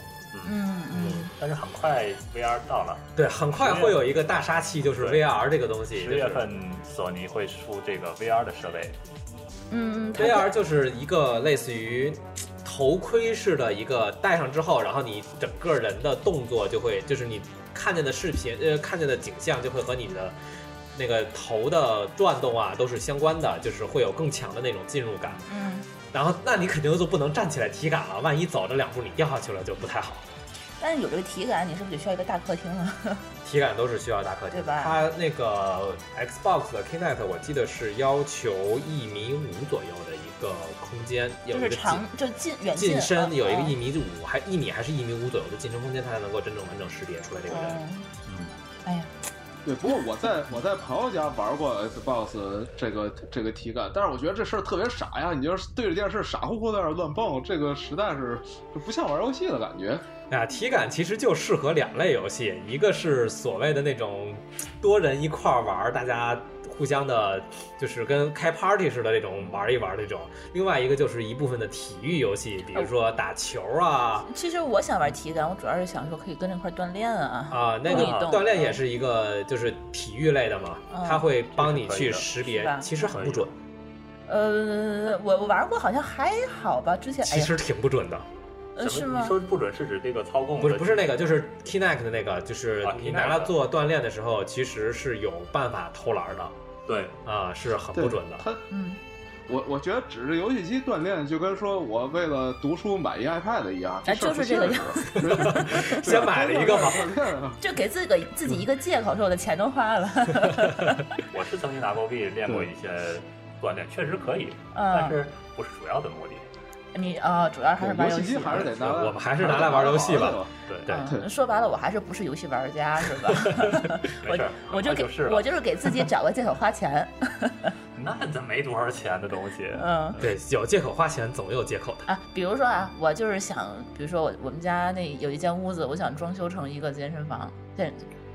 嗯嗯。但是很快 VR 到了，对，很快会有一个大杀器，就是对 VR 这个东西。十月份索尼会出这个 VR 的设备，嗯嗯，它，VR 就是一个类似于头盔式的一个，戴上之后，然后你整个人的动作就会，就是你看见的视频，呃，看见的景象就会和你的。那个头的转动啊，都是相关的，就是会有更强的那种进入感。嗯，然后那你肯定就不能站起来体感了，万一走着两步你掉下去了就不太好。但是有这个体感，你是不是得需要一个大客厅啊了？体感都是需要大客厅对的，吧它那个 Xbox 的 Kinect 我记得是要求一米五左右的一个空间，有就一是个长，就是近哦远近近身嗯身有一个一米五还一米还是一米五左右的近身空间，它才能够真正完整识别出来这个人。嗯，哎呀，对，不过我在我在朋友家玩过 Xbox 这个这个体感，但是我觉得这事儿特别傻呀！你就是对着电视傻乎乎在那儿乱蹦，这个实在是就不像玩游戏的感觉。啊，体感其实就适合两类游戏，一个是所谓的那种多人一块儿玩儿，大家互相的，就是跟开 party 似的这种玩一玩这种；另外一个就是一部分的体育游戏，哦比如说打球啊其实我想玩体感，我主要是想说可以跟着一块儿锻炼啊。啊、那个运动锻炼也是一个就是体育类的嘛，嗯它会帮你这是可以去的识别是吧，其实很不准，呃，我我玩过，好像还好吧。之前哎其呀，实挺不准的。呃是什么？吗你？说不准是指这个操控的？不是不是那个，就是 Kinect 的那个，就是啊你 Kinect 拿它做锻炼的时候，其实是有办法偷懒儿的对，啊，是很对不准的。它嗯，我我觉得指着游戏机锻炼，就跟说我为了读书买一 iPad 一样，哎事儿就是这个不现实 先买了一个 吧锻炼啊就给自己自己一个借口，说我的钱都花了。我是曾经拿过 V 练过一些锻炼，确实可以，但嗯，是不是主要的目的。你啊，主要还是对玩游游戏戏。机还是得拿来， 啊我们还是拿来玩游戏吧 玩的。对，对嗯，说白了，我还是不是游戏玩家是吧？没事儿，我我就很快给就是了我就是给自己找个借口花钱。那怎没多少钱的东西，嗯。对，有借口花钱，总有借口的。啊，比如说啊，我就是想，比如说我我们家那有一间屋子，我想装修成一个健身房，健，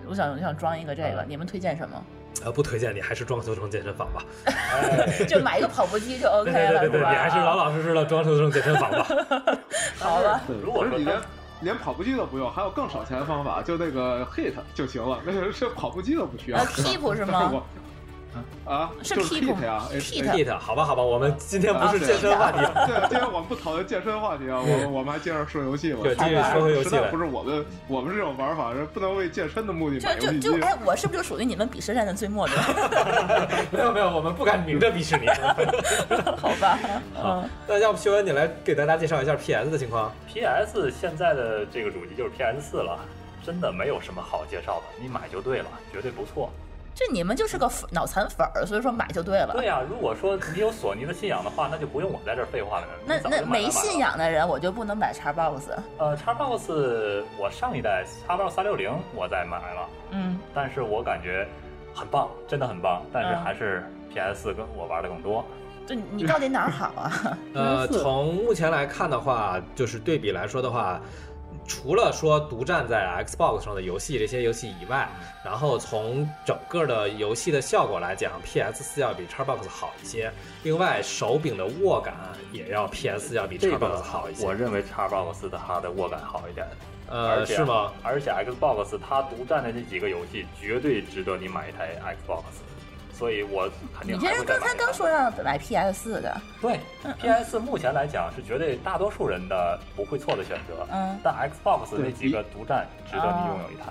我想我想装一个这啊个，你们推荐什么？ 呃，不推荐你还是装修成健身房吧。哎就买一个跑步机就 OK 对了，对对对，是吧？你还是老老实实的装修成健身房 吧。好吧。对，如果不是说你连它连跑步机都不用，还有更省钱的方法，就那个 hit 就行了，那个是跑步机都不需要。呃，keep 是吗 我？啊，是就是 keep hit 呀 keep H- H- Hit，好吧好吧，我们今天啊不是健身 话题，对，今天我们不讨论健身话题啊，我我们还接着说游戏嘛。嗯对，继续说回游戏实在来不。是我们，我们这种玩法是不能为健身的目的就买游就戏就机。哎，我是不是就属于你们鄙视链的最末端？没有没有，我们不敢明着鄙视你。 好吧，嗯，那要不秀恩你来给大家介绍一下 PS 的情况？ PS 现在的这个主机就是 PS 四了，真的没有什么好介绍的，你买就对了，绝对不 错。这你们就是个粉脑残粉儿，所以说买就对了。对呀、如果说你有索尼的信仰的话，那就不用我在这儿废话了。那你早就那买了没信。仰的人，我就不能买 Xbox。买了呃，Xbox 我上一代 Xbox 三六零我在买了，嗯，但是我感觉很棒，真的很棒，但是嗯还是 PS 四跟我玩的更多。就你你到底哪儿好 啊？呃， PS4 从目前来看的话，就是对比来说的话，除了说独占在啊 Xbox 上的游戏这些游戏以外，然后从整个的游戏的效果来讲，PS 四要比 Xbox 好一些。另外，手柄的握感也要 PS 要比这 Xbox 个好一些。我认为 Xbox 的它的握感好一点，呃，而且是吗？？而且 Xbox 它独占的这几个游戏，绝对值得你买一台 Xbox。所以我肯定你还这会人再刚买才一台啊刚说嗯让买 PS 四的，对 PS 目前来讲是绝对大多数人的不会错的选择，嗯但 Xbox 对那几个独占值得你拥有一台。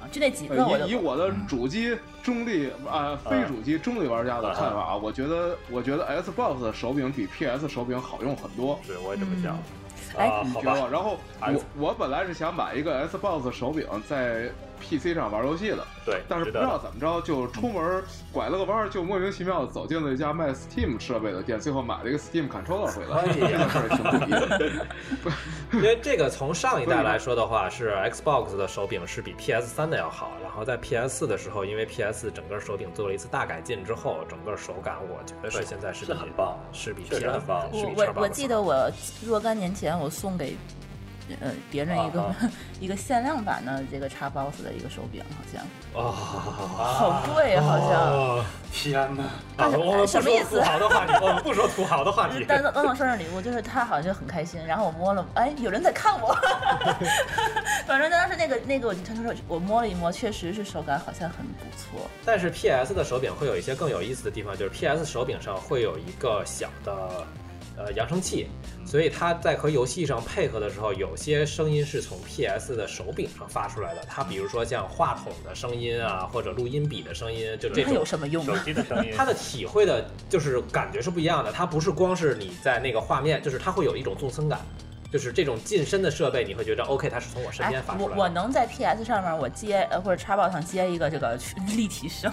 啊，就那几个我呃，以以就我的主机中立啊、非主机中立玩家的看法啊，我觉得我觉得 Xbox 的手柄比 PS 手柄好用很多，是我也这么想。哎啊，你好知道吧哎吧？，然后还是我我本来是想买一个 Xbox 手柄在 PC 上玩游戏的，对，但是值不得知道怎么着就出门拐了个弯儿，就莫名其妙地走进了一家卖 Steam 设备的店，最后买了一个 Steam controller 回来，哎这呀啊个事儿挺诡 异的。嗯因为这个从上一代来说的话，是 Xbox 的手柄是比 PS 三的要好，然后在 PS 四的时候，因为 PS 整个手柄做了一次大改进之后，整个手感我觉得是对现在是比是很棒是比确 PS 实很棒我是比我 Xbox 我记得我若干年前我送给呃别人一个、啊 一个限量版的这个 Xbox 的一个手柄，好像哦，好贵，好像。哦天哪！啊，我们不什么意说思土豪的话题，我们不说土豪的话就是题。当当我生日礼物，就是他好像就很开心，然后我摸了，哎，有人在看 我，反正当时那个那个，我就他说我摸了一摸，确实是手感好像很不错，但是 PS 的手柄会有一些更有意思的地方，就是 PS 手柄上会有一个小的呃扬声器，所以它在和游戏上配合的时候，有些声音是从 PS 的手柄上发出来的。它比如说像话筒的声音啊，或者录音笔的声音，就这它种有。什么用手啊？机的声 音，它的体会的就是感觉是不一样的，它不是光是你在那个画面，就是它会有一种纵深感，就是这种近身的设备，你会觉得 OK，它是从我身哎边发，出我来的。我能在 PS 上面我接呃或者 Xbox 上接一个这个立体声、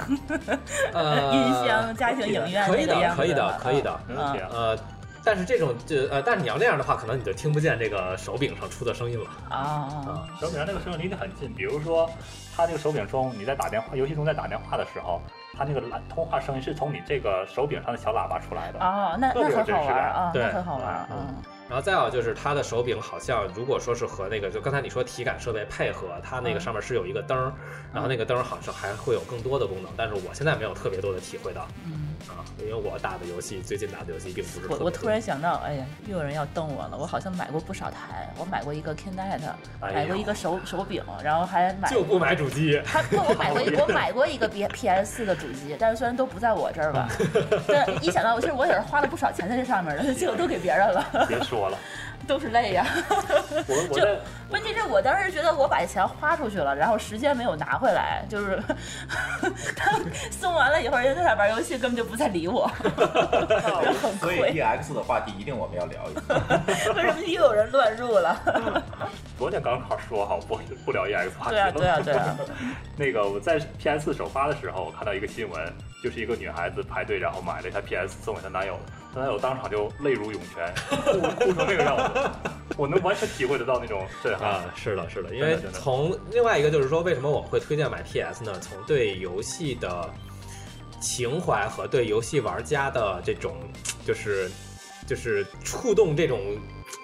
呃，音箱、家庭影院啊可以那个的，样子可以的吧，可以的。嗯没问题啊。呃，但是这种就呃，但是你要那样的话，可能你就听不见这个手柄上出的声音了啊啊啊。手柄上那个声音离你很近，比如说，它这个手柄中你在打电话，游戏中在打电话的时候，它那个蓝通话声音是从你这个手柄上的小喇叭出来的。啊，那特那别有很真好实玩感啊，对那很好玩啊。嗯然后再有就是它的手柄好像，如果说是和那个就刚才你说体感设备配合，它嗯那个上面是有一个灯儿，然后那个灯儿好像还会有更多的功能，但是我现在没有特别多的体会到嗯，啊，因为我打的游戏最近打的游戏并不是特我别我突然多想到，哎呀，又有人要瞪我了。我好像买过不少台，我买过一个 Kinect，哎呦买过一个手手柄，然后还买就不买主机，还不，我买过一我买过一个 P P S 四的主机，但是虽然都不在我这儿吧，但一想到我其实我也是花了不少钱在这上面的，结果都给别人了，别说了，都是累呀。我 我在问题是我当时觉得我把钱花出去了，然后时间没有拿回来，就是 他送完了以后，人家在那玩游戏，根本就不再理我，就很所以愧。 EX 的话题一定我们要聊一下。 为什么又有人乱入了？昨天刚好说好不不聊 EX 话题对啊，了。对啊，对啊。那个我在 PS 首发的时候，我看到一个新闻，就是一个女孩子排队，然后买了一台 PS 送给她男友，她男友当场就泪如涌泉，哭哭 成那个样子，我能完全体会得到那种震撼啊。，是的，是的，因真的为真的从另外一个就是说，为什么我们会推荐买 PS 呢？从对游戏的情怀和对游戏玩家的这种，就是就是触动这种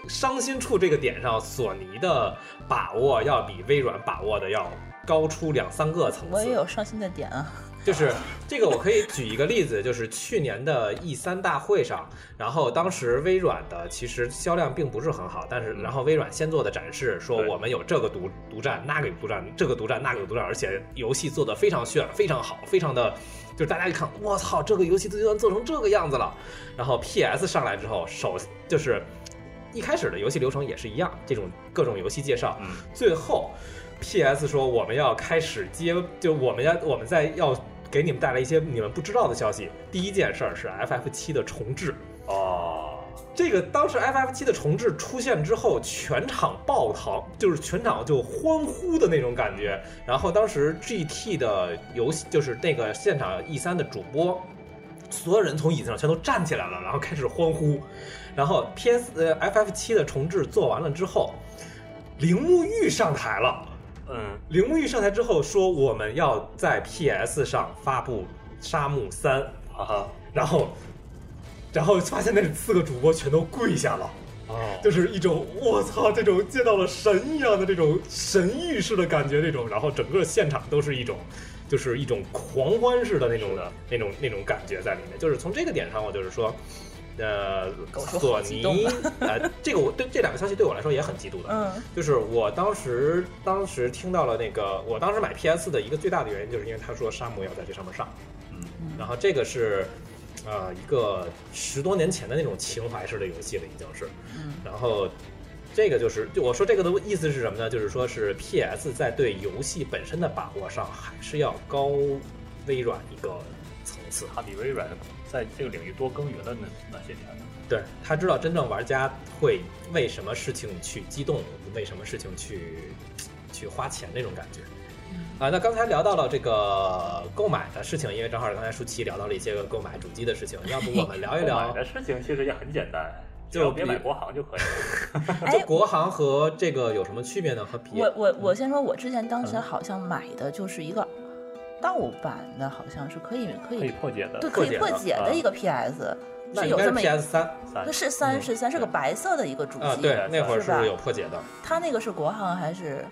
伤心处这个点上，索尼的把握要比微软把握的要高出两三个层次。我也有伤心的点啊，就是这个，我可以举一个例子，就是去年的 E 三大会上，然后当时微软的其实销量并不是很好，但是然后微软先做的展示说嗯对我们有这个独独占，那个有独占，这个独占，那个有独占，而且游戏做的非常炫，非常好，非常的。就是大家一看，我操，这个游戏居然做成这个样子了。然后 PS 上来之后，首就是一开始的游戏流程也是一样，这种各种游戏介绍，嗯最后 PS 说我们要开始接，就我们要我们在要给你们带来一些你们不知道的消息。第一件事儿是 FF 七的重置，哦，这个当时 FF 七的重置出现之后，全场爆堂，就是全场就欢呼的那种感觉。然后当时 GT 的游戏就是那个现场 E 三的主播，所有人从椅子上全都站起来了，然后开始欢呼。然后 PS 呃 FF 七的重置做完了之后，铃木玉上台了。嗯，铃木玉上台之后说我们要在 PS 上发布《沙漠三》，哈哈，然后，然后发现那四个主播全都跪下了。哦，就是一种我操，这种见到了神一样的这种神域式的感觉，这种，然后整个现场都是一种，就是一种狂欢式的那种是的那种那种感觉在里面。就是从这个点上，我就是说，呃，狗叔索好激动尼，呃，这个我对这两个消息对我来说也很激动的。嗯就是我当时当时听到了那个，我当时买 PS 的一个最大的原因，就是因为他说沙漠要在这上面上，嗯，然后这个是。呃，一个十多年前的那种情怀式的游戏了，已经是，嗯然后这个就是，就我说这个的意思是什么呢？就是说是 PS 在对游戏本身的把握上，还是要高微软一个层次。它比微软在这个领域多耕耘了那那些年呢。对他知道真正玩家会为什么事情去激动，为什么事情去去花钱那种感觉。嗯啊，那刚才聊到了这个购买的事情，因为正好刚才舒淇聊到了一些个购买主机的事情，要不我们聊一 购买聊的事情其实也很简单，只就要别比买国行就可以了。这哎，国行和这个有什么区别呢？和别我我我先说，我之前当时好像买的就是一个盗版的，好像是可以可 可以以破解的，对可以破破解解的的一个 PS，那是应有该是这么一 PS 三三那是三十三是个白色的一个主啊，机，对，那会儿是吧是有破解的。它那个是国行还是？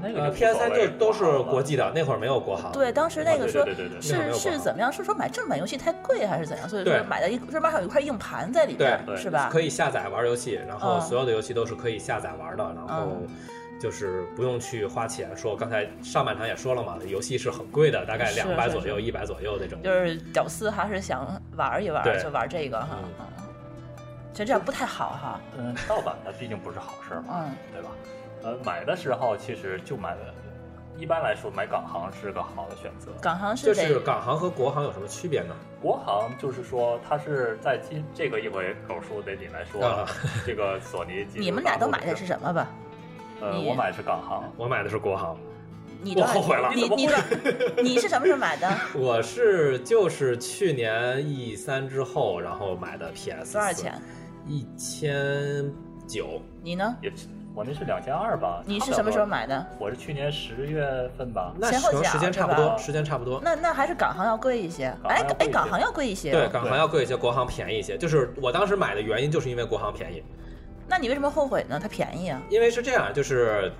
那个呃就无所谓，PS 三就都是国行了国际的，那会儿没有国行。对，当时那个说啊对对对对对那会儿是没有国是行怎么样？是说买正版游戏太贵还是怎样？所以对说买了一这边还有一块硬盘在里边，对对是吧？可以下载玩游戏，然后嗯所有的游戏都是可以下载玩的，然后嗯就是不用去花钱。说刚才上半场也说了嘛，游戏是很贵的，大概是两百是左右、一百左右那种。就是屌丝还是想玩一玩，对就玩这个哈。嗯就这样不太好哈，嗯，盗版的毕竟不是好事嘛，嗯，对吧？呃，买的时候其实就买，呃一般来说买港行是个好的选择。港行就是是得港行和国行有什么区别呢？国行就是说，它是在今这个一回口述得你来说，啊这个索尼技术你们俩都买的是什么吧？呃，你我买的是港行，我买的是国行，你的我后悔了你你的你是什么时候买 的？我是就是去年 E 三之后，然后买的 PS。多少钱？？一千九。你呢？也我那是两千二吧。你差是不什么时多候？买的？我是去年十月份吧。那前后行，脚时间差不对多，吧时间差不多。那那还是港行要贵一些。港行哎要贵哎，一些港行要贵一些。对，港行要贵一些，国行便宜一些。就是我当时买的原因，就是因为国行便宜。那你为什么后悔呢？它便宜啊。因为是这样，就是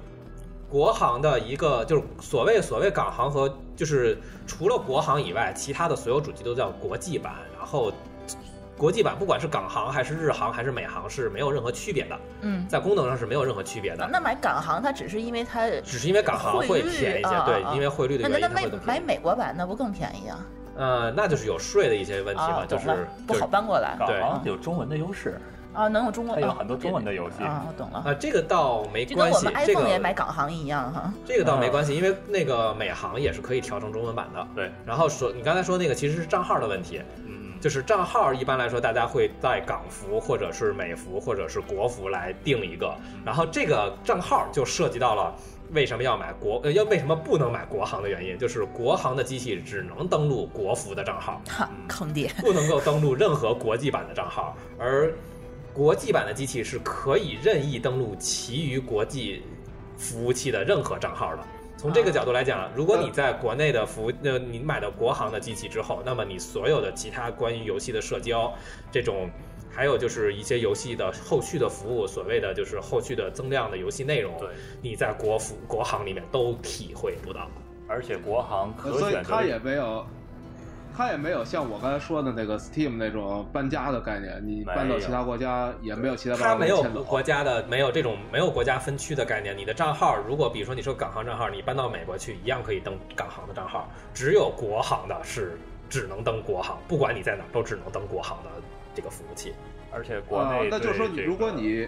国行的一个，就是所谓所谓港行和就是除了国行以外，其他的所有主机都叫国际版，然后。国际版不管是港行还是日行还是美行是没有任何区别的，嗯，在功能上是没有任何区别的，那买港行它只是因为它，只是因为港行汇会率便宜一些啊，啊对，啊因为汇率的那原那因那它会买更便买宜。美国版那不更便宜啊？呃，那就是有税的一些问题嘛，啊，就懂是了，不就是好搬过来港对行有中文的优势，啊，能有中国它有很多中文的游戏。啊，我懂了，啊，这个倒没就跟关我系们，这 iPhone 也买嗯个港行一样哈。这个倒没关系，因为那个美行也是可以调成中文版的。对，然后说你刚才说那个其实是账号的问题，嗯，就是账号一般来说，大家会在港服或者是美服或者是国服来定一个，然后这个账号就涉及到了为什么要买国呃要为什么不能买国行的原因，就是国行的机器只能登录国服的账号，哈，坑爹！不能够登录任何国际版的账号，而国际版的机器是可以任意登录其余国际服务器的任何账号的。从这个角度来讲，如果你在国内的服务，呃，你买的国行的机器之后，那么你所有的其他关于游戏的社交，这种，还有就是一些游戏的后续的服务，所谓的就是后续的增量的游戏内容，对，你在国服国行里面都体会不到。而且国行呃可所以选择它的也没有，它也没有像我刚才说的那个 Steam 那种搬家的概念，你搬到其他国家也没有其他它办法没给你有迁走。国家的，没有这种没有国家分区的概念。你的账号，如果比如说你是个港行账号，你搬到美国去，一样可以登港行的账号。只有国行的是只能登国行，不管你在哪儿都只能登国行的这个服务器。而且国啊内、，那就是说你这个如果你。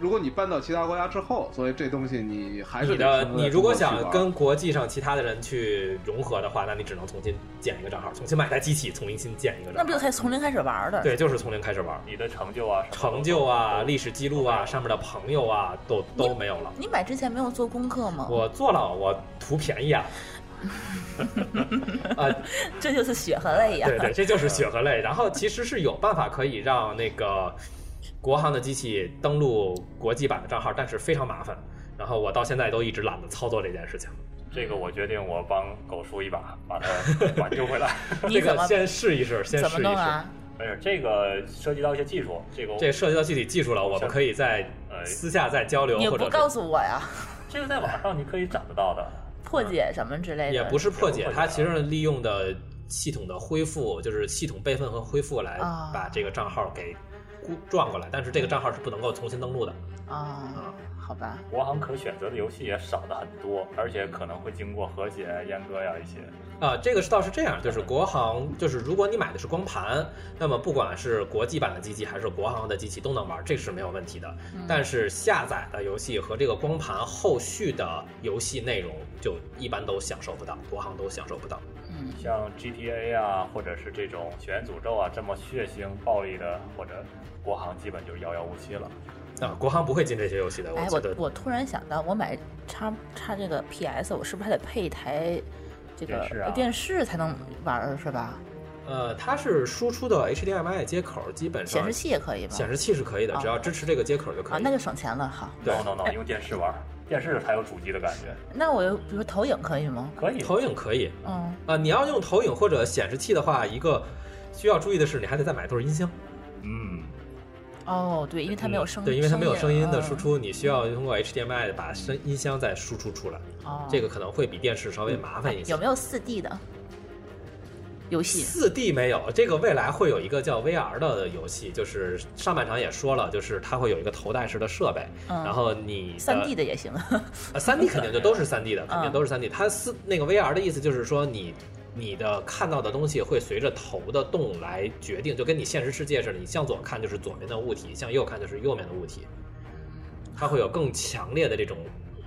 如果你搬到其他国家之后，所以这东西你还是你得的从头你如果再去想玩跟国际上其他的人去融合的话，那你只能重新建一个账号，重新买台机器，重新建一个账号。那不就才从零开始玩的？，对，就是从零开始玩，你的成就啊，什么都成就啊、历史记录啊、上面的朋友啊，都都没有了。你买之前没有做功课吗？我做了，我图便 宜啊。啊，这就是血和泪呀。对对，这就是血和泪。然后其实是有办法可以让那个国行的机器登录国际版的账号，但是非常麻烦。然后我到现在都一直懒得操作这件事情。这个我决定我帮狗叔一 把，把它挽救回来。你这怎个么先试一试，先怎么试一弄试。啊？没事，这个涉及到一些技术，这个这涉及到具体技术了，我们可以在呃私下再交流，你或不者告是诉我呀？这个在网上你可以找得到的。破解什么之类的？也不是破解也，不破它解其实利用的系统的恢复，就是系统备份和恢复来啊把这个账号给估转过来，但是这个账号是不能够重新登录的。啊，好吧，国行可选择的游戏也少的很多，而且可能会经过和解、阉割呀一些。啊，这个是倒是这样，就是国行，就是如果你买的是光盘，那么不管是国际版的机器还是国行的机器都能玩，这是没有问题的。嗯但是下载的游戏和这个光盘后续的游戏内容，就一般都享受不到，国行都享受不到。嗯，像 GTA 啊，或者是这种《血源诅咒》啊，这么血腥暴力的，或者国行基本就是遥遥无期了。啊，国行不会进这些游戏的，哎，觉我得。我突然想到，我买插插这个 PS，我是不是还得配一台这个电视啊电视才能玩儿是吧？呃，它是输出的 HDMI 接口，基本上显示器也可以吧？显示器是可以的，啊只要支持这个接口就可啊，以。那就省钱了。好，对 no no no，用电视玩，电视才有主机的感觉。那我又比如说投影可以吗？可以，投影可以啊、嗯，你要用投影或者显示器的话，一个需要注意的是，你还得再买一对音箱。嗯，哦，对，因为它没有声，对，因为它没有声音的输嗯。出，你需要通过 HDMI 把声音箱再输出出来，哦，这个可能会比电视稍微麻烦一嗯啊些有。没有四 D 的游戏？四 D 没有，这个未来会有一个叫 VR 的游戏，就是上半场也说了，就是它会有一个头戴式的设备，嗯然后你三 D 的也行，呃，三 D 肯定就都是三 D 的，肯嗯定都是三 D。它四那个 VR 的意思就是说你。你的看到的东西会随着头的动来决定，就跟你现实世界似的，你向左看就是左边的物体，向右看就是右面的物体，它会有更强烈的这种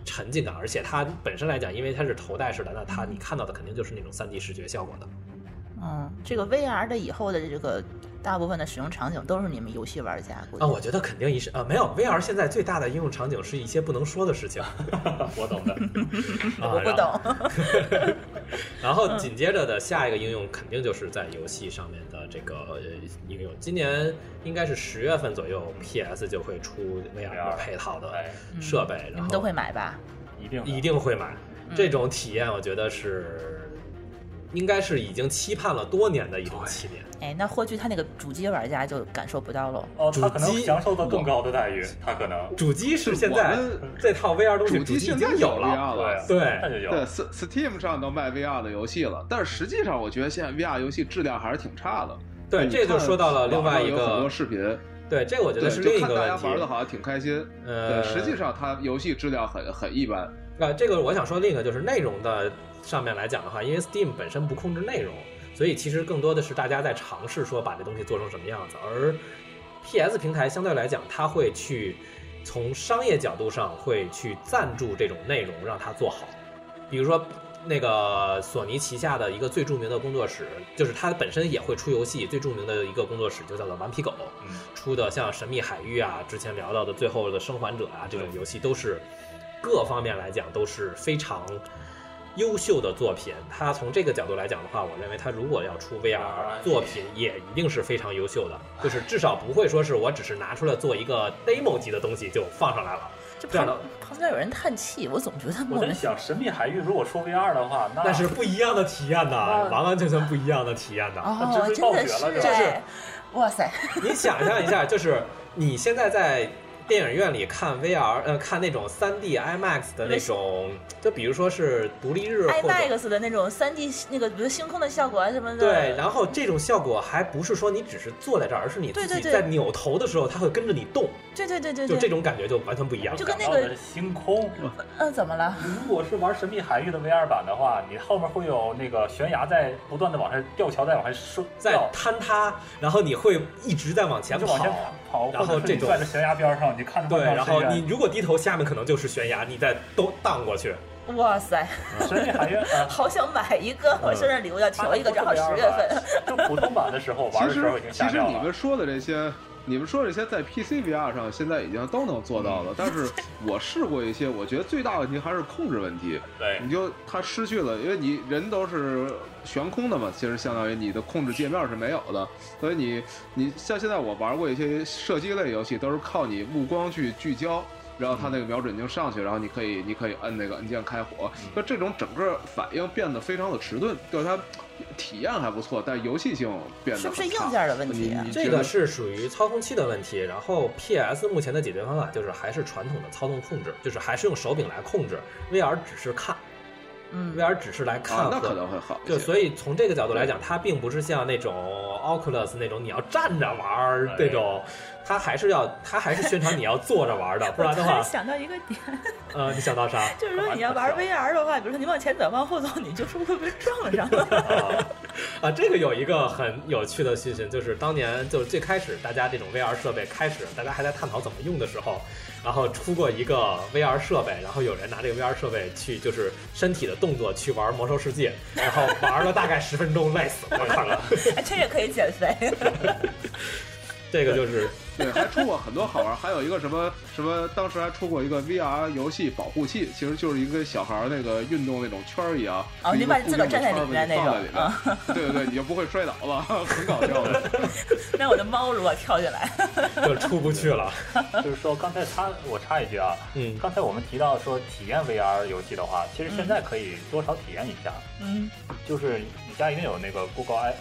沉浸感，而且它本身来讲，因为它是头戴式的，那它你看到的肯定就是那种三 D 视觉效果的。嗯，这个 VR 的以后的这个大部分的使用场景都是你们游戏玩家，估计啊，我觉得肯定一是啊，没有 VR 现在最大的应用场景是一些不能说的事情， 啊我 懂的。 我不。懂。嗯嗯然后紧接着的下一个应用肯定就是在游戏上面的这个呃应用。今年应该是十月份左右，PS 就会出 VR 的配套的哎，设备，嗯你然后们都会买嗯吧？一定的一定会买。这种体验，我觉得是应该是已经期盼了多年的一种体验。哎，那或许他那个主机玩家就感受不到喽。哦，他可能主机享受到更高的待哦遇，他可能主机是现我在们这套 VR 东西，主主机机已现经在有了。 VR 了。哎对那啊就有对，S Steam 上都卖 VR 的游戏了，但是实际上我觉得现在 VR 游戏质量还是挺差的。对，你这就看说到了另网上外一有很个多，视频，对，这我觉得对，是就另一看个大家问题。玩的好像挺开心。呃，对，实际上它游戏质量很很一般。呃，这个我想说另一个就是内容的上面来讲的话，因为 Steam 本身不控制内容，所以其实更多的是大家在尝试说把这东西做成什么样子，而 PS 平台相对来讲，它会去从商业角度上会去赞助这种内容，让它做好。比如说那个索尼旗下的一个最著名的工作室，就是它本身也会出游戏，最著名的一个工作室就叫做顽皮狗，出的像《神秘海域》啊，之前聊到的《最后的生还者》啊，这种游戏都是各方面来讲都是非常。优秀的作品，它从这个角度来讲的话，我认为它如果要出 VR 作品，也一定是非常优秀的，就是至少不会说是我只是拿出来做一个 demo 级的东西就放上来了。这这样旁的旁边有人叹气，我总觉得我莫在名其想，《神秘海域》如果出 VR 的话，那那是不一样的体验呐，啊完完全全不一样的体验呐。哦，这是真暴的雪了是这是哎，哇塞，你想象一下，就是你现在在电影院里看 VR，呃，看那种 3D IMAX 的那种，嗯就比如说是独立日或者。 IMAX 的那种三 D 那个，比如星空的效果啊什么的。对，然后这种效果还不是说你只是坐在这儿，而是你自对己对对在扭头的时候，它会跟着你动，对对对对就对，这种感觉就完全不一样。就跟那想到个的是星空。嗯，怎么了？如果是玩《神秘海域》的 VR 版的话，你后面会有那个悬崖在不断的往上吊桥在往上升，在掉坍塌，然后你会一直在往前就跑，往前跑，然后或者是这你种站在悬崖边上，你看着对，往上然后伸你远如果低头，下面可能就是悬崖，你再都荡过去。哇塞，神秘海域 啊，好想买一个，我身上礼物要调一个，正好十月份。份。就普通版的时候玩其的时实候已经其下实掉你了们。说的这些，你们说这些在 PC VR 上现在已经都能做到了，嗯但是我试过一些，我觉得最大问题还是控制问题。对你就它失去了，因为你人都是悬空的嘛，其实相当于你的控制界面是没有的，所以你你像现在我玩过一些射击类游戏，都是靠你目光去聚焦。然后它那个瞄准镜上去，然后你可以你可以摁那个按键开火，就这种整个反应变得非常的迟钝，就是它体验还不错，但游戏性变得是不是很硬差件的问题啊你你这觉个得是属于操控器的问题，然后 PS 目前的解决方法就是还是传统的操纵控制，就是还是用手柄来控制，VR 只是看嗯， ，VR 只是来看啊，和。那可能会好一就些。所以从这个角度来讲，它并不是像那种 Oculus 那种你要站着玩儿哎那种，他还是要他还是宣传你要坐 着玩的，不我然突的然话，想到一个点，呃，你想到啥？ 就是说你要玩 VR 的话，比如说你往前走、往后走，你就是会被撞上了。啊啊，这个有一个很有趣的信息，就是当年就是最开始大家这种 VR 设备开始，大家还在探讨怎么用的时候，然后出过一个 VR 设备，然后有人拿这个 VR 设备去就是身体的动作去玩魔兽世界，然后玩了大概十分钟累死了，我看了， 哎，这也可以减肥。 这个就是对，还出过很多好玩儿，还有一个什么什么，当时还出过一个 VR 游戏保护器，其实就是一个小孩儿那个运动那种圈儿一样，哦是一你个把固你自个儿定站的在圈儿里给面你那放种啊在里面，对对对，你就不会摔倒了，很搞笑的。 那我的猫如果跳进来，就出不去了，就是说刚才他我插一句啊，嗯刚才我们提到说体验 VR 游戏的话，其实现在可以多少体验一下，嗯，就是你家一定有那个 Google i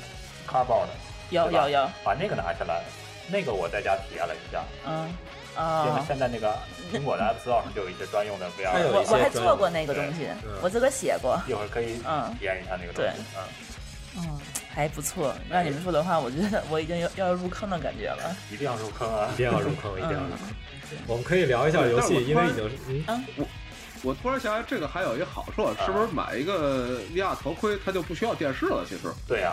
Cardboard，有对吧有有，把那个拿下来，那个我在家体验了一下，嗯因为啊。现在那个苹果的 App Store 上就有一些专用的它有我 VR，一我些 还专做过那个东西，我自个儿写过，一会儿可以嗯体验一下那个东西，嗯，嗯，还不错。让你们说的话，我觉得我已经要要入坑的感觉了。一定要入坑啊一！定要入坑，一定要入嗯，坑。我们可以聊一下游戏，因为已经是嗯我突然想起来，这个还有一个好处，啊是不是买一个 VR 头盔，它就不需要电视了？其实对啊呀、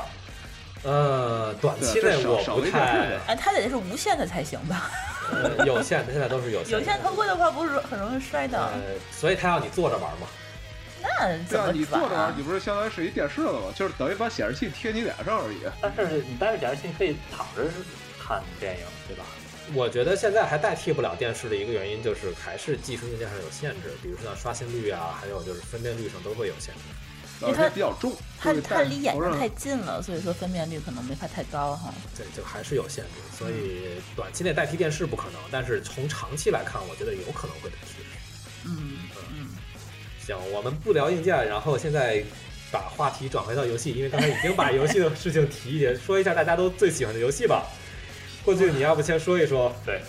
呃，短期对啊内这少我少不一点太是的哎，它得是无线的才行吧？ 呃有线，现在都是有线的，有线头盔的话，不是很容易摔倒呃。，所以他要你坐着玩嘛。那对怎啊，你么坐转着玩啊儿，？你不是相当于是一电视了吗？就是等于把显示器贴你脸上而已。但是你戴着显示器可以躺着看电影，对吧？我觉得现在还代替不了电视的一个原因，就是还是技术硬件上有限制，比如说像刷新率啊，还有就是分辨率上都会有限制。而且比较重，它就是它戴离眼头睛上太近了，所以说分辨率可能没法太高哈。对，就还是有限制，所以短期内代替电视不可能，但是从长期来看，我觉得有可能会代替。嗯嗯，行，我们不聊硬件，然后现在把话题转回到游戏，因为刚才已经把游戏的事情提一些，说一下大家都最喜欢的游戏吧。过去你要不先说一说？对，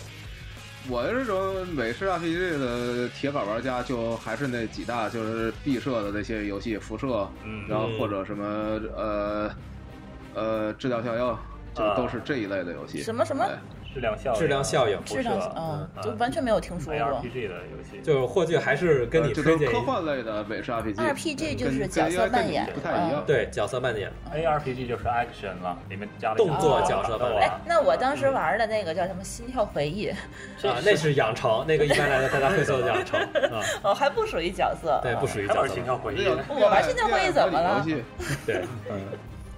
我这种美式 RPG 的铁杆玩家，就还是那几大，就是毕设的那些游戏，辐射，嗯然后或者什么呃呃治疗效药，就都是这一类的游戏。什么什么哎质量效应质量效应辐质量射嗯，嗯就完全没有听说过。 ARPG 的游戏，就是霍炬还是跟你呃这推都是荐一科幻类的美式 RPG。 RPG 就是跟角色扮演啊跟跟你不太一样。对角色扮演， ARPG 就是 action 了，里面加了动作一个角色啊扮演哎，那我当时玩的那个叫什么《心跳回忆》， 啊，那是养成，那个一般来说大家会做的 养成啊，哦，还不属于角色。嗯对，不属于还角玩色心跳回忆这，我玩心跳会议怎么了游戏对，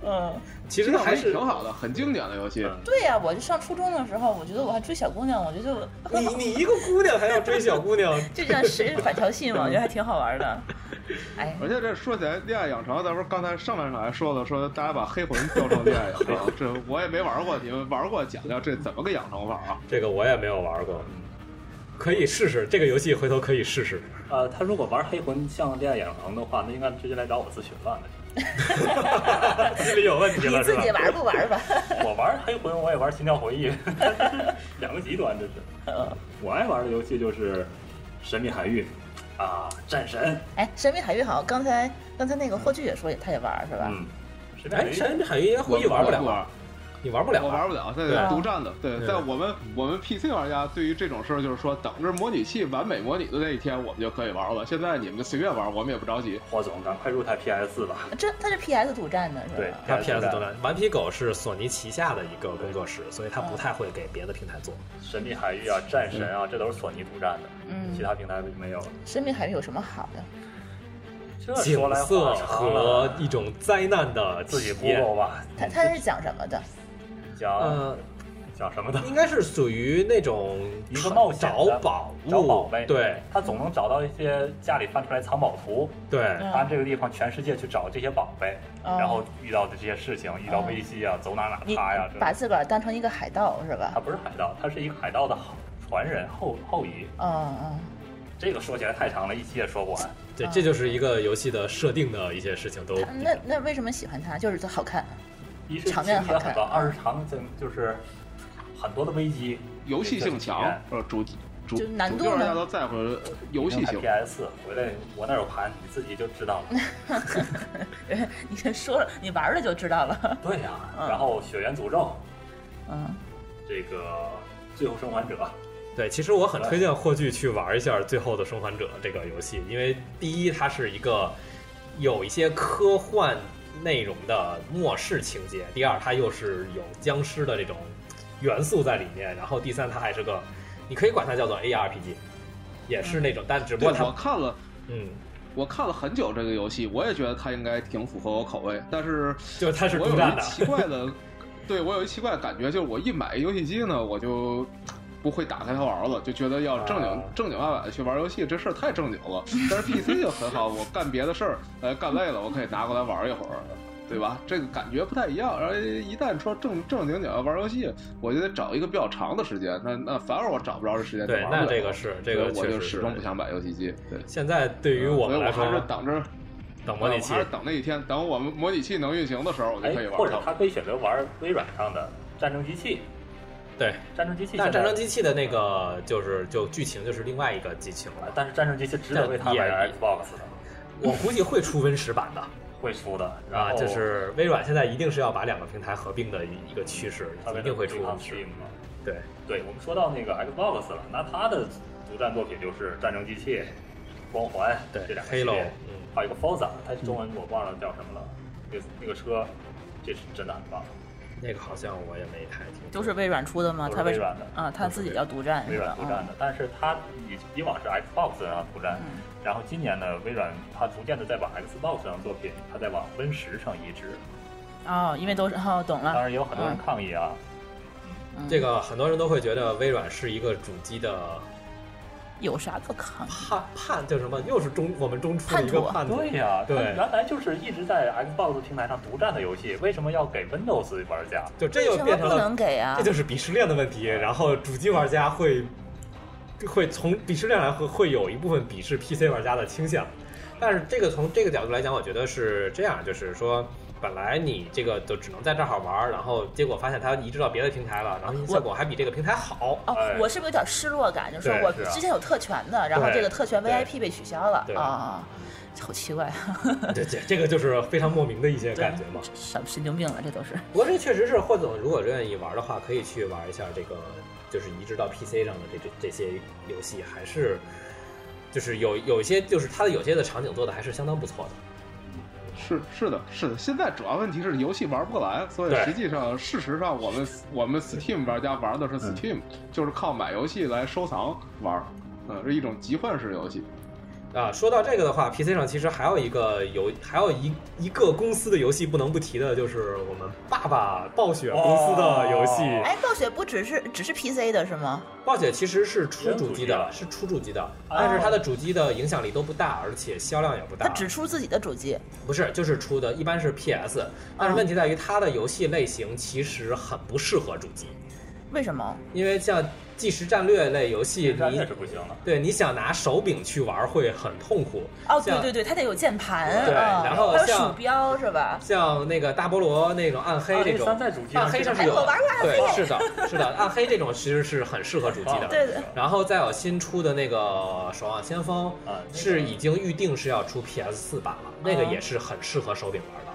嗯，其心实跳回还忆是挺好的，很经典的游戏。嗯对呀、我就上初中的时候，我觉得我还追小姑娘，我觉得我你你一个姑娘还要追小姑娘，就像十日反调戏嘛，我觉得还挺好玩 的。哎，而且这说起来，恋爱养成，咱们刚才上半场还说了，说大家把黑魂调成恋爱 养成，这我也没玩过，你们玩过讲讲这怎么个养成法啊？这个我也没有玩过，可以试试这个游戏，回头可以试试。呃，他如果玩黑魂像恋爱养成的话，那应该直接来找我咨询了。那心里有问题你自己玩不玩吧？ 就我玩黑魂，我也玩心跳回忆， 两个极端这是。嗯我爱玩的游戏就是《神秘海域》啊，战神，哎，神秘海域好像刚才刚才那个霍炬也说也他也玩是吧？嗯，神秘海啊哎，域。山海域回忆玩不了我吧，玩，你玩不了啊我吧，玩不了，这对啊是独占的。对，对在我们我们 PC 玩家对于这种事儿，就是说等着模拟器完美模拟的那一天，我们就可以玩了。现在你们就随便玩，我们也不着急。霍总，赶快入台 PS 吧。这他是 PS 独占的是对吧？它 PS 的都难。顽皮狗是索尼旗下的一个工作室，所以它不太会给别的平台做。神秘海域啊，战神啊，这都是索尼独占的，嗯其他平台没有。神秘海域有什么好的？这景说来色话长和了，一种灾难的自己体验， Google 吧。他他嗯是讲什么的？讲、嗯呃，讲什 么的？应该是属于那种一个冒险找的宝物，找宝贝，对，他总能找到一些家里翻出来藏宝图，对，嗯他这个地方全世界去找这些宝贝，哦然后遇到的这些事情，遇到危机啊，走哪哪你趴呀、这把自个儿当成一个海盗是他吧？不是海盗，他是一个海盗的后传人后后裔。嗯嗯。这个说起来太长了，一期也说不完。对，这就是一个游戏的设定的一些事情都。啊那那为什么喜欢它？就是它好看。 一是场情面节好看很棒，二是场景就是很多的危机，游戏性强对，呃，主主就主难度角玩呢家都在乎嗯游戏性。 PS 回来我那有盘，你自己就知道了。 你先说了，你玩了就知道了。 对呀、嗯然后《血缘诅咒嗯，》这个最后生还者》。对，其实我很推荐霍炬去玩一下《最后的生还者》这个游戏，因为第一，它是一个有一些科幻内容的末世情节；第二，它又是有僵尸的这种元素在里面；然后第三，它还是个，你可以管它叫做 ARPG，也是那种，但只不对过，它我，看了，嗯，我看了很久这个游戏，我也觉得它应该挺符合我口味，但是就是它是我独有占一的，奇怪的， 对我有一奇怪的感觉，就是我一买游戏机呢，我就不会打开它玩了，就觉得要正经、啊正经八百地去玩游戏，这事儿太正经了。但是 PC 就很好，我干别的事儿，呃，干累了我可以拿过来玩一会儿。对吧？这个感觉不太一样。然后一旦说正正经经要玩游戏，我就得找一个比较长的时间。那那反而我找不着这时间就对玩，不那了这个是这个所以确我就实始是终不。想买游戏机。对，现在对于我嗯所以们来说还，是等着等模拟器我还是等那一天，等我们模拟器能运行的时候，我就可以哎，玩或者它他可以选择玩微软上的《战争机器对，》， 《战争机器》但现在战争机器的那个就是就剧情就是另外一个剧情 了，啊但是《战争机器》只能为他买但也 Xbox 的，我估计会出 Win 十版的会出的。然啊，后就是微软现在一定是要把两个平台合并的一一个趋势，它为一了定会出对抗 Win 十 Steam。嘛对，对我们说到那个 Xbox 了，那它的独占作品就是《战争机器》《光环》对这两个系列 Halo，嗯还有一个 Forza，它中文我忘了叫什么了，那个那个车，这是真的很棒，那个好像我也没太听说。都是微软出的吗？都是他为微什么软的啊？他自己要独占微是吧？软独占的。但是它以以往是 Xbox 上独占，嗯然后今年呢，微软它逐渐的在往 Xbox 上的作品，它在往 Win 十上移植。哦，因为都是哦，懂当了。然也有很多人抗议啊，嗯这个很多人都会觉得微软是一个主机的有啥可抗？叛叛，叫什么？又是中我们中出的一个叛叛啊徒。对呀、它对原来就是一直在 Xbox 平台上独占的游戏，为什么要给 Windows 玩家？就这为又什么变成不了能给啊这？就是鄙视链的问题。然后主机玩家会会从鄙视链来会会有一部分鄙视 PC 玩家的倾向，但是这个从这个角度来讲，我觉得是这样，就是说。本来你这个就只能在这儿好玩儿，然后结果发现它移植到别的平台了，然后效果还比这个平台好。哦哎，我是不是有点失落感？就是说对我是啊之前有特权的，然后对这个特权对 VIP 被取消了对啊啊，好奇怪，啊这这这个就是非常莫名的一些感觉嘛。什么神经病了？啊这都是不过这确实是霍总，如果愿意玩的话，可以去玩一下这个，就是移植到 PC 上的这这这些游戏，还是就是有有一些就是它的有些的场景做的还是相当不错的。是是的，是的。现在主要问题是游戏玩不过来，所以对实际上事实上我们我们 Steam 玩家玩的是嗯 Steam，、就是靠买游戏来收藏玩儿，嗯，是一种集换式游戏。啊，说到这个的话，PC 上其实还有一个游，还有一一个公司的游戏不能不提的，就是我们爸爸暴雪公司的游戏。哦哎，暴雪不只是只是 PC 的是吗？暴雪其实是出主原主机的，机啊是出主机的，但是它的主机的影响力都不大，而且销量也不大。他只出自己的主机，不是，就是出的一般是 PS，但啊是问题在于它的游戏类型其实很不适合主机，为什么？因为像即时战略类游戏，战你略是不行了。对你想拿手柄去玩会很痛苦。哦，对像对对，它得有键盘，对啊然后还有像鼠标是吧？像那个大菠萝那种暗黑啊这这种，三在主机上暗黑上是哎有我玩过暗对，黑是的，是的，暗黑这种其实是很适合主机啊的。对的，然后再有新出的那个《守望先锋》啊那个啊是已经预定是要出 PS 四版了，那个也是很适合手柄玩的。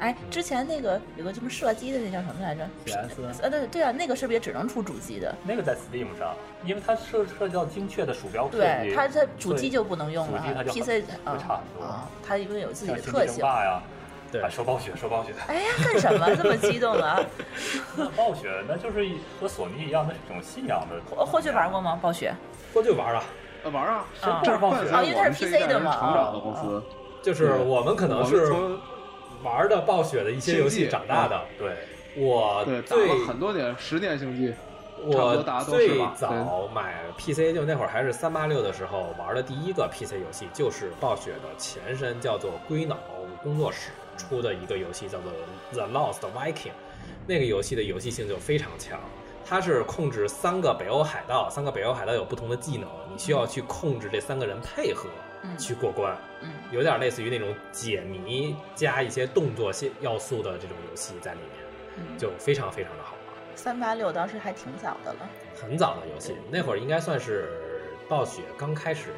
哎，之前那个有个什么射击的那叫什么来着 PS 呃，对对啊，那个是不是也只能出主机的？那个在 Steam 上，因为它涉涉及到精确的鼠标设对计，，它它主机就不能用主机它了就很，PC 会差啊很多啊，它因为有自己像的《星特际争性。霸》呀，对啊，说暴雪，说暴雪，哎呀，干什么这么激动啊？暴雪那就是一和索尼一样，那是一种信仰的。霍霍去玩过吗？暴雪？过去玩了，呃，玩啊，啊这是伴随啊因为我它是们这一 PC 代的人嘛啊成长的公司，就是我啊们可能我们是从玩的暴雪的一些游戏长大的。对，我啊对打了最很多年，十年星际，差不多大我家都是最吧早买 PC 就那会儿还是三八六的时候玩的第一个 PC 游戏，就是暴雪的前身叫做龟脑工作室出的一个游戏，叫做《The Lost Viking》。那个游戏的游戏性就非常强，它是控制三个北欧海盗，三个北欧海盗有不同的技能，你需要去控制这三个人配合嗯去过关。嗯，有点类似于那种解谜加一些动作性要素的这种游戏在里面，嗯就非常非常的好玩。三八六当时还挺早的了。很早的游戏，那会儿应该算是暴雪刚开始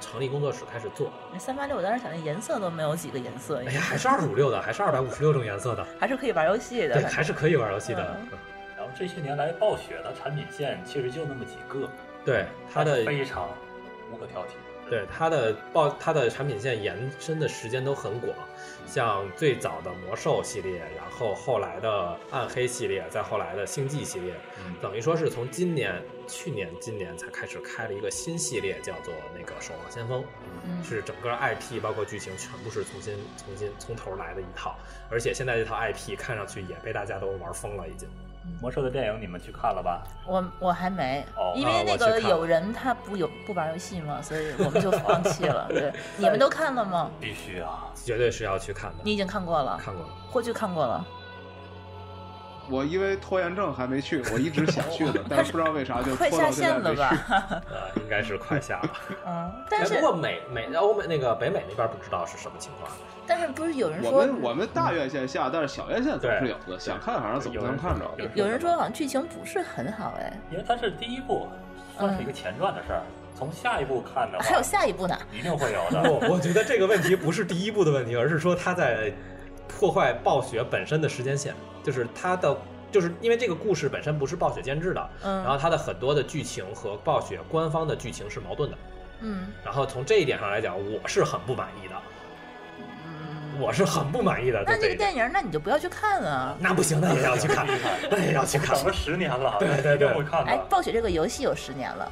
成立工作室开始做。那三八六，我当时想那颜色都没有几个颜色，哎呀，还是二五六的，还是二百五十六种颜色的，还是可以玩游戏的对，。还是可以玩游戏的。然后这些年来暴雪的产品线其实就那么几个，对它的非常无可挑剔。对它的爆，它的产品线延伸的时间都很广，像最早的魔兽系列，然后后来的暗黑系列，再后来的星际系列，嗯等于说是从今年、去年、今年才开始开了一个新系列，叫做那个《守望先锋》，嗯是整个 IP 包括剧情全部是重新、重新从头来的一套，而且现在这套 IP 看上去也被大家都玩疯了，已经。魔兽的电影你们去看了吧？我我还没哦，因为啊那我个去看有人他不有不玩游戏嘛，所以我们就放弃 了。对，你们都看了吗？必须啊！绝对是要去看的。你已经看过了，看过了？霍去看过了。我因为拖延症还没去，我一直想去 的，但是不知道为啥就快拖下到现线了在没去。吧？呃，应该是快下了。 嗯，但哎是不过美美欧美那个北美那边不知道是什么情况。但是不是有人我说们我们大院线下，但是小院线总是有的，想看好像总能看着。有有人说好像剧情不是很好哎，因为它是第一部，算是一个前传的事儿。从下一步看的嗯还有话，下一步呢？一定会有 的。 不，我觉得这个问题不是第一步的问题，而是说他在破坏暴雪本身的时间线，就是他的。就是因为这个故事本身不是暴雪监制的，嗯然后它的很多的剧情和暴雪官方的剧情是矛盾的，嗯然后从这一点上来讲，我是很不满意的，我是很不满意的。嗯那这对这个一点电影，那你就不要去看啊。那不行，那也要去 看，那也要去看等。了十年了，对对对一定会看哎，的。暴雪这个游戏有十年了，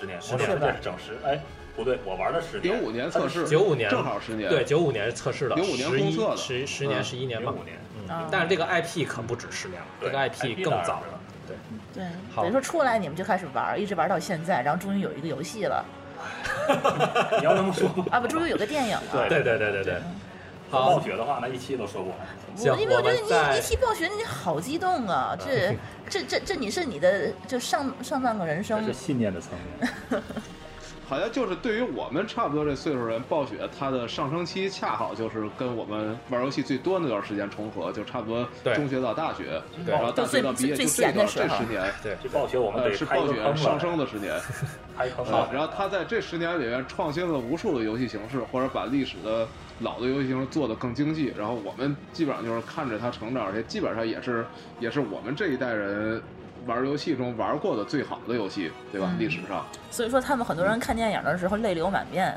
十年，是魔兽吧世界是整十，哎，不对，我玩了十零年，五年测试， 95年正好十年。对，，九五年测试的， 05年十公一测的十十年嗯十一年零吧五。年，啊嗯，但是这个 IP 可不止十年了，这对个 IP 更早了。对，对，好等于说出来你们就开始玩，一直玩到现在，然后终于有一个游戏了你要这么说，啊，不，终于有个电影了。对对对对对对。暴 好，雪的话，那一期都说不完。行我因为我觉得我们再你一提暴雪，你好激动啊！ 这这这这你是你的就上上半个人这生是信念的层面，好像就是对于我们差不多这岁数人，暴雪它的上升期恰好就是跟我们玩游戏最多那段时间重合，就差不多对中学到大学，对然后大学到毕业，最就最这最闲的段时这候十年，对， 这暴雪我们呃，得是哦开一暴个雪坑上了，升的 十年。开坑啊了，。然后他在这十年里面创新了无数的游戏形式，或者把历史的老的游戏形式做得更经济。然后我们基本上就是看着他成长，而且基本上也是也是我们这一代人玩游戏中玩过的最好的游戏，对吧？嗯历史上，所以说他们很多人看电影的时候泪流满面，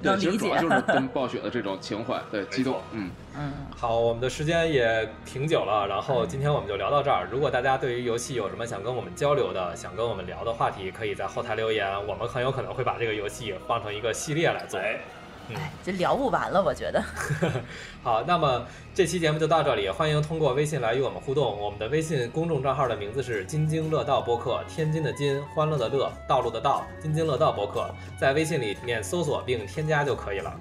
对，能其理实主解 要。就是跟暴雪的这种情怀，对，激动错，嗯。嗯，好，我们的时间也挺久了，然后今天我们就聊到这儿。如果大家对于游戏有什么想跟我们交流的，想跟我们聊的话题，可以在后台留言，我们很有可能会把这个游戏放成一个系列来做。哎，这聊不完了，我觉得。好，那么这期节目就到这里，欢迎通过微信来与我们互动。我们的微信公众账号的名字是“津津乐道播客”，天津的津，欢乐的乐，道路的道，津津乐道播客，在微信里面搜索并添加就可以了。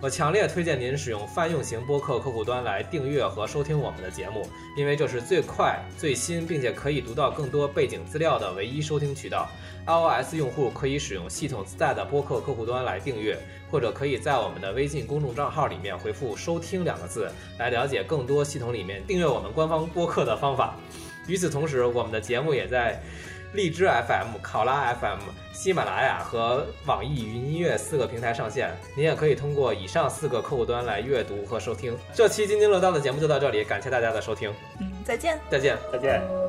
我强烈推荐您使用泛用型播客客户端来订阅和收听我们的节目，因为这是最快、最新，并且可以读到更多背景资料的唯一收听渠道。iOS 用户可以使用系统自带的播客客户端来订阅，或者可以在我们的微信公众账号里面回复“收听”两个字，来了解更多系统里面订阅我们官方播客的方法。与此同时，我们的节目也在荔枝 FM、考拉 FM、喜马拉雅和网易云音乐四个平台上线。您也可以通过以上四个客户端来阅读和收听。这期津津乐道的节目就到这里，感谢大家的收听，嗯，再见。再见。再见。